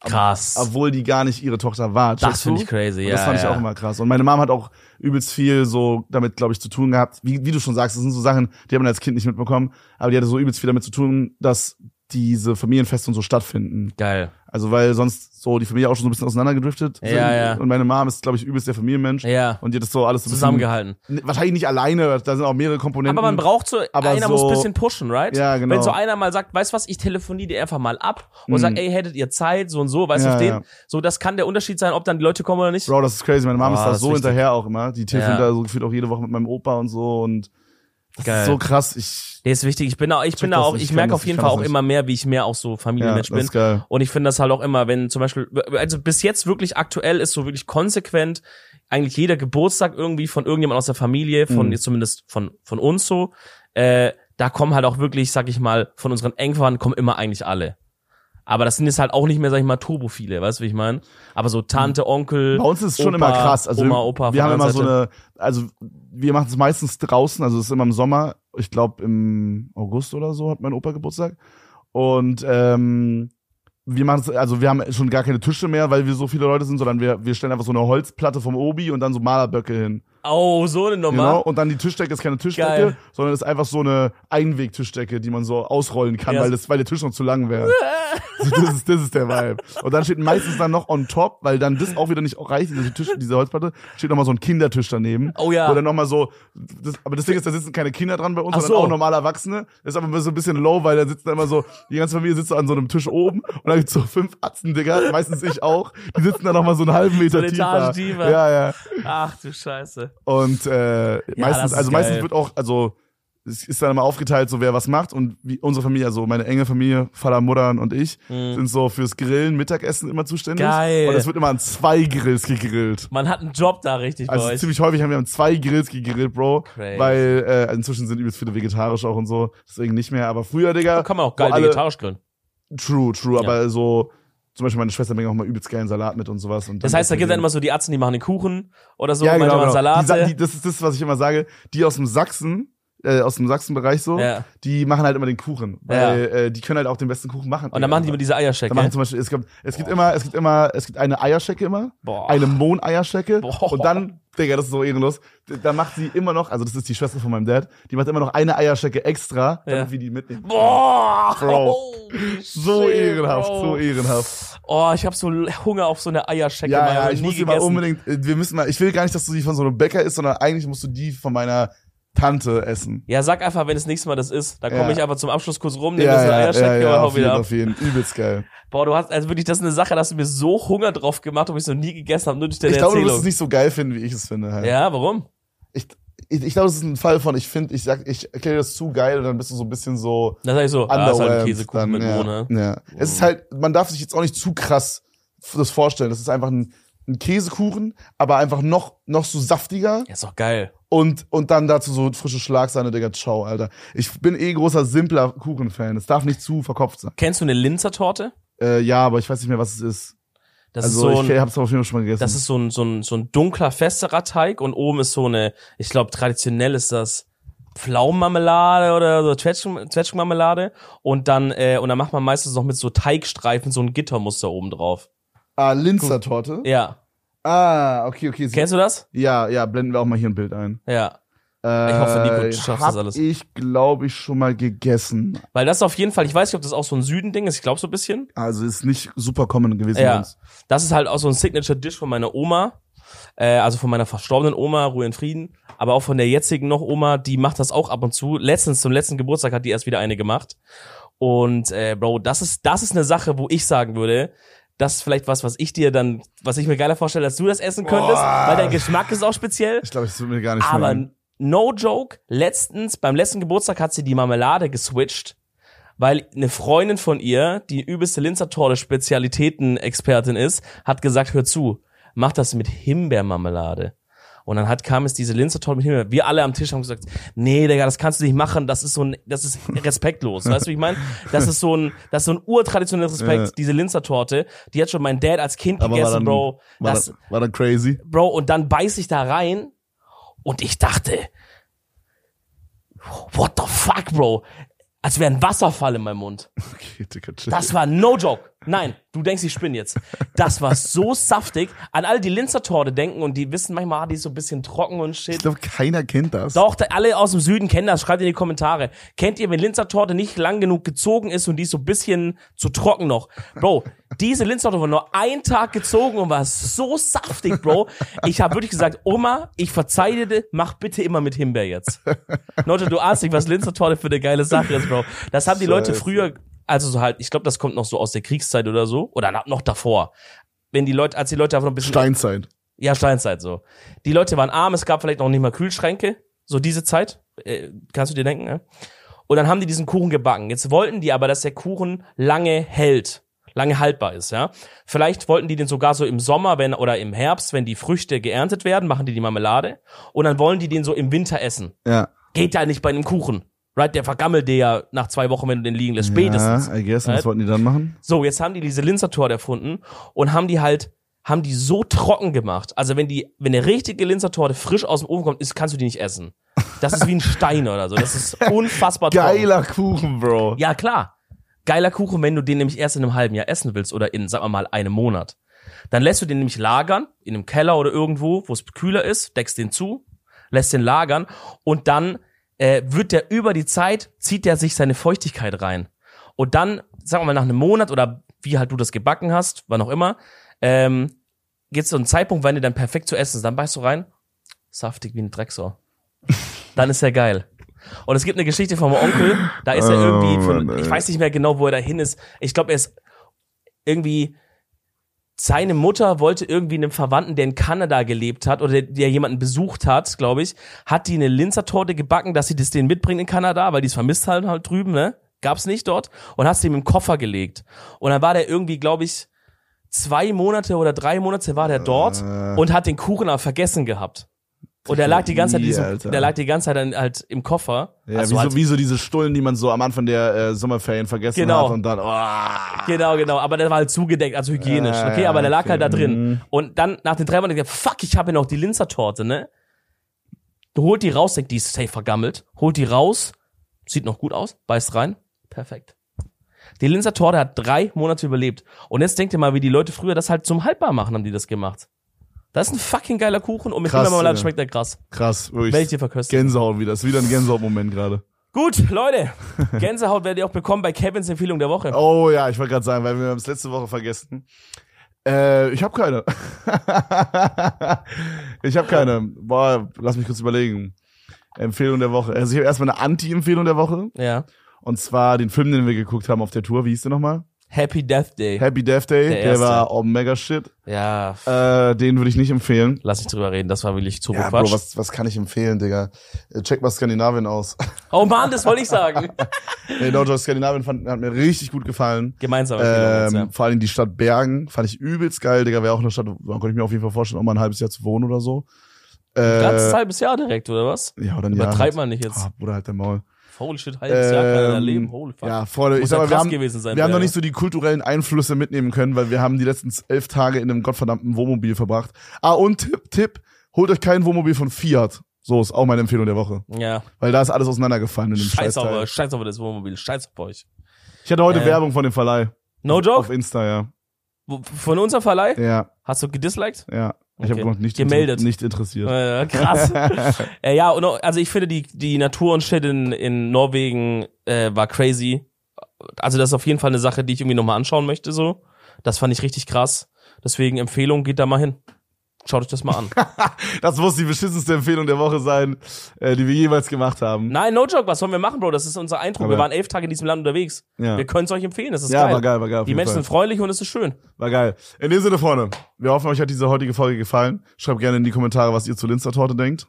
Krass. Obwohl die gar nicht ihre Tochter war. das checkst du? finde ich crazy, Und ja. das fand ich ja. auch immer krass. Und meine Mom hat auch übelst viel so damit, glaube ich, zu tun gehabt. Wie, wie du schon sagst, das sind so Sachen, die hat man als Kind nicht mitbekommen, aber die hatte so übelst viel damit zu tun, dass diese Familienfeste und so stattfinden. Geil. Also weil sonst so die Familie auch schon so ein bisschen auseinandergedriftet Ja, sind. ja. Und meine Mom ist, glaube ich, übelst der Familienmensch. Ja. Und die hat das so alles so ein bisschen- Zusammengehalten. N- Wahrscheinlich nicht alleine, da sind auch mehrere Komponenten. Aber man braucht so, Aber einer so- muss ein bisschen pushen, right? Ja, genau. Wenn so einer mal sagt, weißt du was, ich telefoniere dir einfach mal ab und Mhm. sag, ey, hättet ihr Zeit, so und so, weißt du, Ja, auf den, ja. so, das kann der Unterschied sein, ob dann die Leute kommen oder nicht. Bro, das ist crazy. Meine Mom Boah, ist da Ah, das ist so wichtig. hinterher auch immer. Die telefoniert Ja. da so gefühlt auch jede Woche mit meinem Opa und so. Und das Geil. ist so krass. Ich, Nee, ist wichtig. Ich bin da, ich bin da das auch, nicht, ich ich merke kann auf das- ich jeden kann Fall das auch nicht. immer mehr, wie ich mehr auch so ja, Familienmensch das bin. ist geil. Und ich finde das halt auch immer, wenn zum Beispiel, also bis jetzt wirklich aktuell ist so wirklich konsequent eigentlich jeder Geburtstag irgendwie von irgendjemand aus der Familie, von Mhm. jetzt zumindest von, von uns so, äh, da kommen halt auch wirklich, sag ich mal, von unseren Engverwandten kommen immer eigentlich alle. Aber das sind jetzt halt auch nicht mehr, sag ich mal, Turbophile, weißt du, wie ich meine? Aber so Tante, Mhm. Onkel. Bei uns ist es schon Opa, immer krass. Also Oma, wir- Opa. wir von haben der immer so Seite. eine, also wir machen es meistens draußen, also es ist immer im Sommer, ich glaube im August oder so hat mein Opa Geburtstag. Und ähm, wir machen es, also wir haben schon gar keine Tische mehr, weil wir so viele Leute sind, sondern wir, wir stellen einfach so eine Holzplatte vom Obi und dann so Malerböcke hin. Oh, so eine Nummer. Genau. Und dann die Tischdecke ist keine Tischdecke, Geil. sondern ist einfach so eine Einweg-Tischdecke, die man so ausrollen kann, Ja. weil, das, weil der Tisch noch zu lang wäre. So, das, ist, das ist der Vibe. Und dann steht meistens dann noch on top, weil dann das auch wieder nicht reicht, diese, Tisch, diese Holzplatte, steht nochmal so ein Kindertisch daneben. Oh ja. Wo dann nochmal so, das, aber das Ding ist, da sitzen keine Kinder dran bei uns, Ach sondern so. auch normale Erwachsene. Das ist aber so ein bisschen low, weil da sitzen dann immer so, die ganze Familie sitzt so an so einem Tisch oben und da gibt's so fünf Atzen, Digga, meistens ich auch. Die sitzen dann nochmal so einen halben Meter eine tiefer. Etage tiefer. Ja, ja. Ach du Scheiße. Und äh, das meistens, ist also geil. meistens wird auch, also es ist dann immer aufgeteilt, so wer was macht und wie unsere Familie, also meine enge Familie, Vater, Mutter und ich, sind so fürs Grillen, Mittagessen immer zuständig. Mhm. Geil. Und es wird immer an zwei Grills gegrillt. Man hat einen Job da richtig Also bei euch. ziemlich häufig haben wir an zwei Grills gegrillt, Bro. Crazy. Weil äh, inzwischen sind übelst viele vegetarisch auch und so, deswegen nicht mehr. Aber früher, Digga, Kann man auch wo geil alle- vegetarisch grillen. True, true, Ja. aber so zum Beispiel meine Schwester bringt auch mal übelst geilen Salat mit und sowas. Und Das heißt, da gibt es dann immer so die Atzen, die machen den Kuchen oder so, ja, genau, manchmal genau. Die, Salate. Sa- die, das ist das, was ich immer sage. Die aus dem Sachsen, äh, aus dem Sachsenbereich so, Ja. die machen halt immer den Kuchen, weil äh, die können halt auch den besten Kuchen machen. Äh, und dann machen die immer diese Eierschecke. Dann machen zum Beispiel, es gibt, es gibt immer, es gibt immer, es gibt eine Eierschecke immer, Boah. eine Mohneierschecke Boah. und dann, Digga, das ist so ehrenlos. d- Dann macht sie immer noch, also das ist die Schwester von meinem Dad, die macht immer noch eine Eierschecke extra, damit Ja. wir die mitnehmen. Boah! Bro. Holy So shit, ehrenhaft, Bro. so ehrenhaft. Oh, ich habe so Hunger auf so eine Eierschecke. Ja, Mann, hab ja, ich nie muss die mal gegessen. unbedingt, äh, wir müssen mal, ich will gar nicht, dass du die von so einem Bäcker isst, sondern eigentlich musst du die von meiner Tante essen. Ja, sag einfach, wenn es nächstes Mal das ist. Da komme Ja. ich einfach zum Abschluss kurz rum, nehme so eine Eierschecke und hau auf jeden, wieder ab. auf jeden. Übelst geil. Boah, du hast, also wirklich, das ist eine Sache, da hast du mir so Hunger drauf gemacht, obwohl ich es noch nie gegessen habe, nur durch deine Ich glaube, du Erzählung. wirst es nicht so geil finden, wie ich es finde. Halt. ja, warum? Ich, ich, ich glaube, das ist ein Fall von, ich finde, ich sag, ich erkläre das zu geil und dann bist du so ein bisschen so Dann sag ich so, ah, ist halt ein underwhelmed. Käsekuchen dann, mit Oh. ja, Mohne. ja. Es ist halt, man darf sich jetzt auch nicht zu krass f- das vorstellen. Das ist einfach ein, ein Käsekuchen, aber einfach noch, noch so saftiger Ja, ist doch geil. und, und dann dazu so frische Schlagsahne, Digga, ciao, Alter. Ich bin eh großer, simpler Kuchenfan. Es darf nicht zu verkopft sein. Kennst du eine Linzer Torte? Äh, ja, aber ich weiß nicht mehr, was es ist. Das also, ist so ein, ich hab's auf jeden Fall schon mal gegessen. das ist so ein, so ein, so ein dunkler, festerer Teig und oben ist so eine, ich glaube, traditionell ist das Pflaumenmarmelade oder so Zwetschgen- Zwetschgenmarmelade und dann, äh, und dann macht man meistens noch mit so Teigstreifen so ein Gittermuster oben drauf. ah, Linzer-Torte. Ja. Ah, okay, okay. Kennst du das? Ja, ja, blenden wir auch mal hier ein Bild ein. Ja. Äh, hoffe, Nico, du schaffst das hab alles. Ich glaube, ich schon mal gegessen. Weil das auf jeden Fall, ich weiß nicht, ob das auch so ein Süden-Ding ist, ich glaube so ein bisschen. Also ist nicht super common gewesen bei Ja, uns. das ist halt auch so ein Signature-Dish von meiner Oma, äh, also von meiner verstorbenen Oma, Ruhe in Frieden, aber auch von der jetzigen noch Oma, die macht das auch ab und zu. Letztens, zum letzten Geburtstag hat die erst wieder eine gemacht. Und äh, Bro, das ist, das ist eine Sache, wo ich sagen würde, das ist vielleicht was, was ich dir dann, was ich mir geiler vorstelle, dass du das essen könntest, Boah. weil dein Geschmack ist auch speziell. Ich glaube, das wird mir gar nicht Aber schmecken. no joke, letztens, beim letzten Geburtstag hat sie die Marmelade geswitcht, weil eine Freundin von ihr, die übelste Linzer Torte Spezialitäten-Expertin ist, hat gesagt, hör zu, mach das mit Himbeermarmelade. Und dann hat, kam es diese Linzer toll mit Himmel. Wir alle am Tisch haben gesagt, nee, Digga, das kannst du nicht machen. Das ist so ein, das ist respektlos. weißt du, wie ich meine? Das ist so ein, das ist so ein urtraditionelles Respekt. Ja. Diese Linzer Torte, die hat schon mein Dad als Kind Aber war gegessen, dann, Bro. War, Das, dann, war dann crazy. Bro, und dann beiß ich da rein und ich dachte, what the fuck, Bro? Als wäre ein Wasserfall in meinem Mund. Okay, Digga, chill. Das war no joke. Nein, du denkst, ich spinne jetzt. Das war so saftig. An alle, die Linzer Torte denken und die wissen manchmal, ah, die ist so ein bisschen trocken und ich shit. glaube, keiner kennt das. Doch, da- alle aus dem Süden kennen das. Schreibt in die Kommentare. Kennt ihr, wenn Linzer Torte nicht lang genug gezogen ist und die ist so ein bisschen zu trocken noch? Bro, diese Linzer Torte war nur einen Tag gezogen und war so saftig, Bro. Ich habe wirklich gesagt, Oma, ich verzeihe dir, mach bitte immer mit Himbeer jetzt. Leute, du ahnst nicht, was Linzer Torte für eine geile Sache ist, Bro. Das haben die Leute Scheiße. früher, also so halt, ich glaube, das kommt noch so aus der Kriegszeit oder so, oder na- noch davor. Wenn die Leute, als die Leute einfach noch ein bisschen Steinzeit. ja, Steinzeit so. Die Leute waren arm, es gab vielleicht noch nicht mal Kühlschränke, so diese Zeit, äh, kannst du dir denken, ne? Und dann haben die diesen Kuchen gebacken. Jetzt wollten die aber, dass der Kuchen lange hält, lange haltbar ist, ja. Vielleicht wollten die den sogar so im Sommer, wenn oder im Herbst, wenn die Früchte geerntet werden, machen die die Marmelade und dann wollen die den so im Winter essen. Ja. Geht ja nicht bei einem Kuchen. Right, der vergammelt dir ja nach zwei Wochen, wenn du den liegen lässt, spätestens. Ja, I guess. Und was Right? wollten die dann machen? So, jetzt haben die diese Linzer Torte erfunden und haben die halt haben die so trocken gemacht. Also wenn die wenn eine richtige Linzer Torte frisch aus dem Ofen kommt, ist kannst du die nicht essen. Das ist wie ein Stein oder so. Das ist unfassbar trocken. Geiler Kuchen, Bro. Ja, klar. Geiler Kuchen, wenn du den nämlich erst in einem halben Jahr essen willst oder in, sagen wir mal, einem Monat. Dann lässt du den nämlich lagern, in einem Keller oder irgendwo, wo es kühler ist, deckst den zu, lässt den lagern und dann äh, wird der über die Zeit, zieht der sich seine Feuchtigkeit rein. Und dann, sagen wir mal, nach einem Monat oder wie halt du das gebacken hast, wann auch immer, ähm, geht es zu einem Zeitpunkt, wenn dir dann perfekt zu essen ist, dann beißt du rein, saftig wie ein Drecksau. dann ist er geil. Und es gibt eine Geschichte von meinem Onkel, da ist er Oh, irgendwie, von, Mann, ey. ich weiß nicht mehr genau, wo er da hin ist. Ich glaube, er ist irgendwie, seine Mutter wollte irgendwie einem Verwandten, der in Kanada gelebt hat oder der, der jemanden besucht hat, glaube ich, hat die eine Linzer Torte gebacken, dass sie das denen mitbringt in Kanada, weil die es vermisst haben halt drüben, ne? Gab's nicht dort und hat sie ihm im Koffer gelegt. Und dann war der irgendwie, glaube ich, zwei Monate oder drei Monate war der dort Äh. und hat den Kuchen aber vergessen gehabt. Und der lag die ganze Zeit, in Ih, diesem, Alter. der lag die ganze Zeit dann halt im Koffer. Ja, Also wie, halt- so, wie so diese Stullen, die man so am Anfang der äh, Sommerferien vergessen Genau. hat und dann, oh, Genau, genau. Aber der war halt zugedeckt, also hygienisch. Ah, Okay, ja, aber der lag okay, halt da drin. mhm. Und dann nach den drei Monaten gesagt, fuck, ich habe ja noch die Linzer Torte, ne? Du holt die raus, denkt, die ist safe vergammelt. Holt die raus, sieht noch gut aus, beißt rein, perfekt. Die Linzer Torte hat drei Monate überlebt. Und jetzt denkt ihr mal, wie die Leute früher das halt zum Haltbar machen, haben die das gemacht. Das ist ein fucking geiler Kuchen und mit Krass, Himbeermarmelade ja. schmeckt der krass. krass, Werde ich wirklich. dir verköstigen. Gänsehaut wieder. Ist wieder ein Gänsehaut-Moment gerade. Gut, Leute. Gänsehaut werdet ihr auch bekommen bei Kevins Empfehlung der Woche. Oh ja, ich wollte gerade sagen, weil wir haben es letzte Woche vergessen. Äh, ich habe keine. ich habe keine. Boah, lass mich kurz überlegen. Empfehlung der Woche. Also ich habe erstmal eine Anti-Empfehlung der Woche. Ja. Und zwar den Film, den wir geguckt haben auf der Tour. Wie hieß der nochmal? Happy Death Day. Happy Death Day. Der Der, erste. war oh, mega shit. Ja, Äh, den würde ich nicht empfehlen. Lass nicht drüber reden, das war wirklich zu Ja, Bro, Quatsch. was, was kann ich empfehlen, Digga? Äh, Check mal Skandinavien aus. oh Mann, das wollte ich sagen. nee, Dojo Skandinavien fand, hat mir richtig gut gefallen. Gemeinsame Empfehlung Ähm, jetzt, vor allem die Stadt Bergen fand ich übelst geil, Digga. Wäre auch eine Stadt, da konnte ich mir auf jeden Fall vorstellen, auch mal ein halbes Jahr zu wohnen oder so. ja. Äh, Ganzes halbes Jahr direkt, oder was? ja, oder ein Jahr. Übertreibt man nicht jetzt. Ah, Bruder, halt dein Maul. Holy shit, halbes Jahr kann er da Ähm, leben. Holy fuck. Ja, Freunde, ich Muss sag ja mal, wir krass haben, gewesen sein. wir haben noch wäre. nicht so die kulturellen Einflüsse mitnehmen können, weil wir haben die letzten elf Tage in einem gottverdammten Wohnmobil verbracht. Ah, und Tipp, Tipp, holt euch kein Wohnmobil von Fiat. So ist auch meine Empfehlung der Woche. ja, Weil da ist alles auseinandergefallen in dem scheiß auf Scheißteil. euch, scheiß auf das Wohnmobil, scheiß auf euch. Ich hatte heute Äh, Werbung von dem Verleih. No Auf joke? Insta, ja. Wo- Von unserem Verleih? Ja, Hast du gedisliked? ja. Ich Okay. habe noch nicht, Gemeldet. nicht interessiert. Äh, krass. äh, ja, und, auch- also ich finde, die, die Natur und Shit in, in Norwegen äh, war crazy. Also das ist auf jeden Fall eine Sache, die ich irgendwie nochmal anschauen möchte. so. Das fand ich richtig krass. Deswegen Empfehlung, geht da mal hin. Schaut euch das mal an. Das muss die beschissenste Empfehlung der Woche sein, äh, die wir jeweils gemacht haben. Nein, no joke, was sollen wir machen, Bro? Das ist unser Eindruck. Wir Aber- waren elf Tage in diesem Land unterwegs. Ja. Wir können es euch empfehlen, das ist ja, geil. war geil, war geil. auf Die jeden Menschen Fall. sind freundlich und es ist schön. war geil. In dem Sinne, Freunde, wir hoffen, euch hat diese heutige Folge gefallen. Schreibt gerne in die Kommentare, was ihr zur Linzer Torte denkt.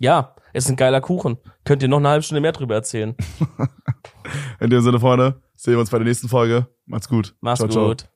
Ja, es ist ein geiler Kuchen. Könnt ihr noch eine halbe Stunde mehr drüber erzählen. In dem Sinne, Freunde, sehen wir uns bei der nächsten Folge. Macht's gut. Mach's Ciao, ciao. gut.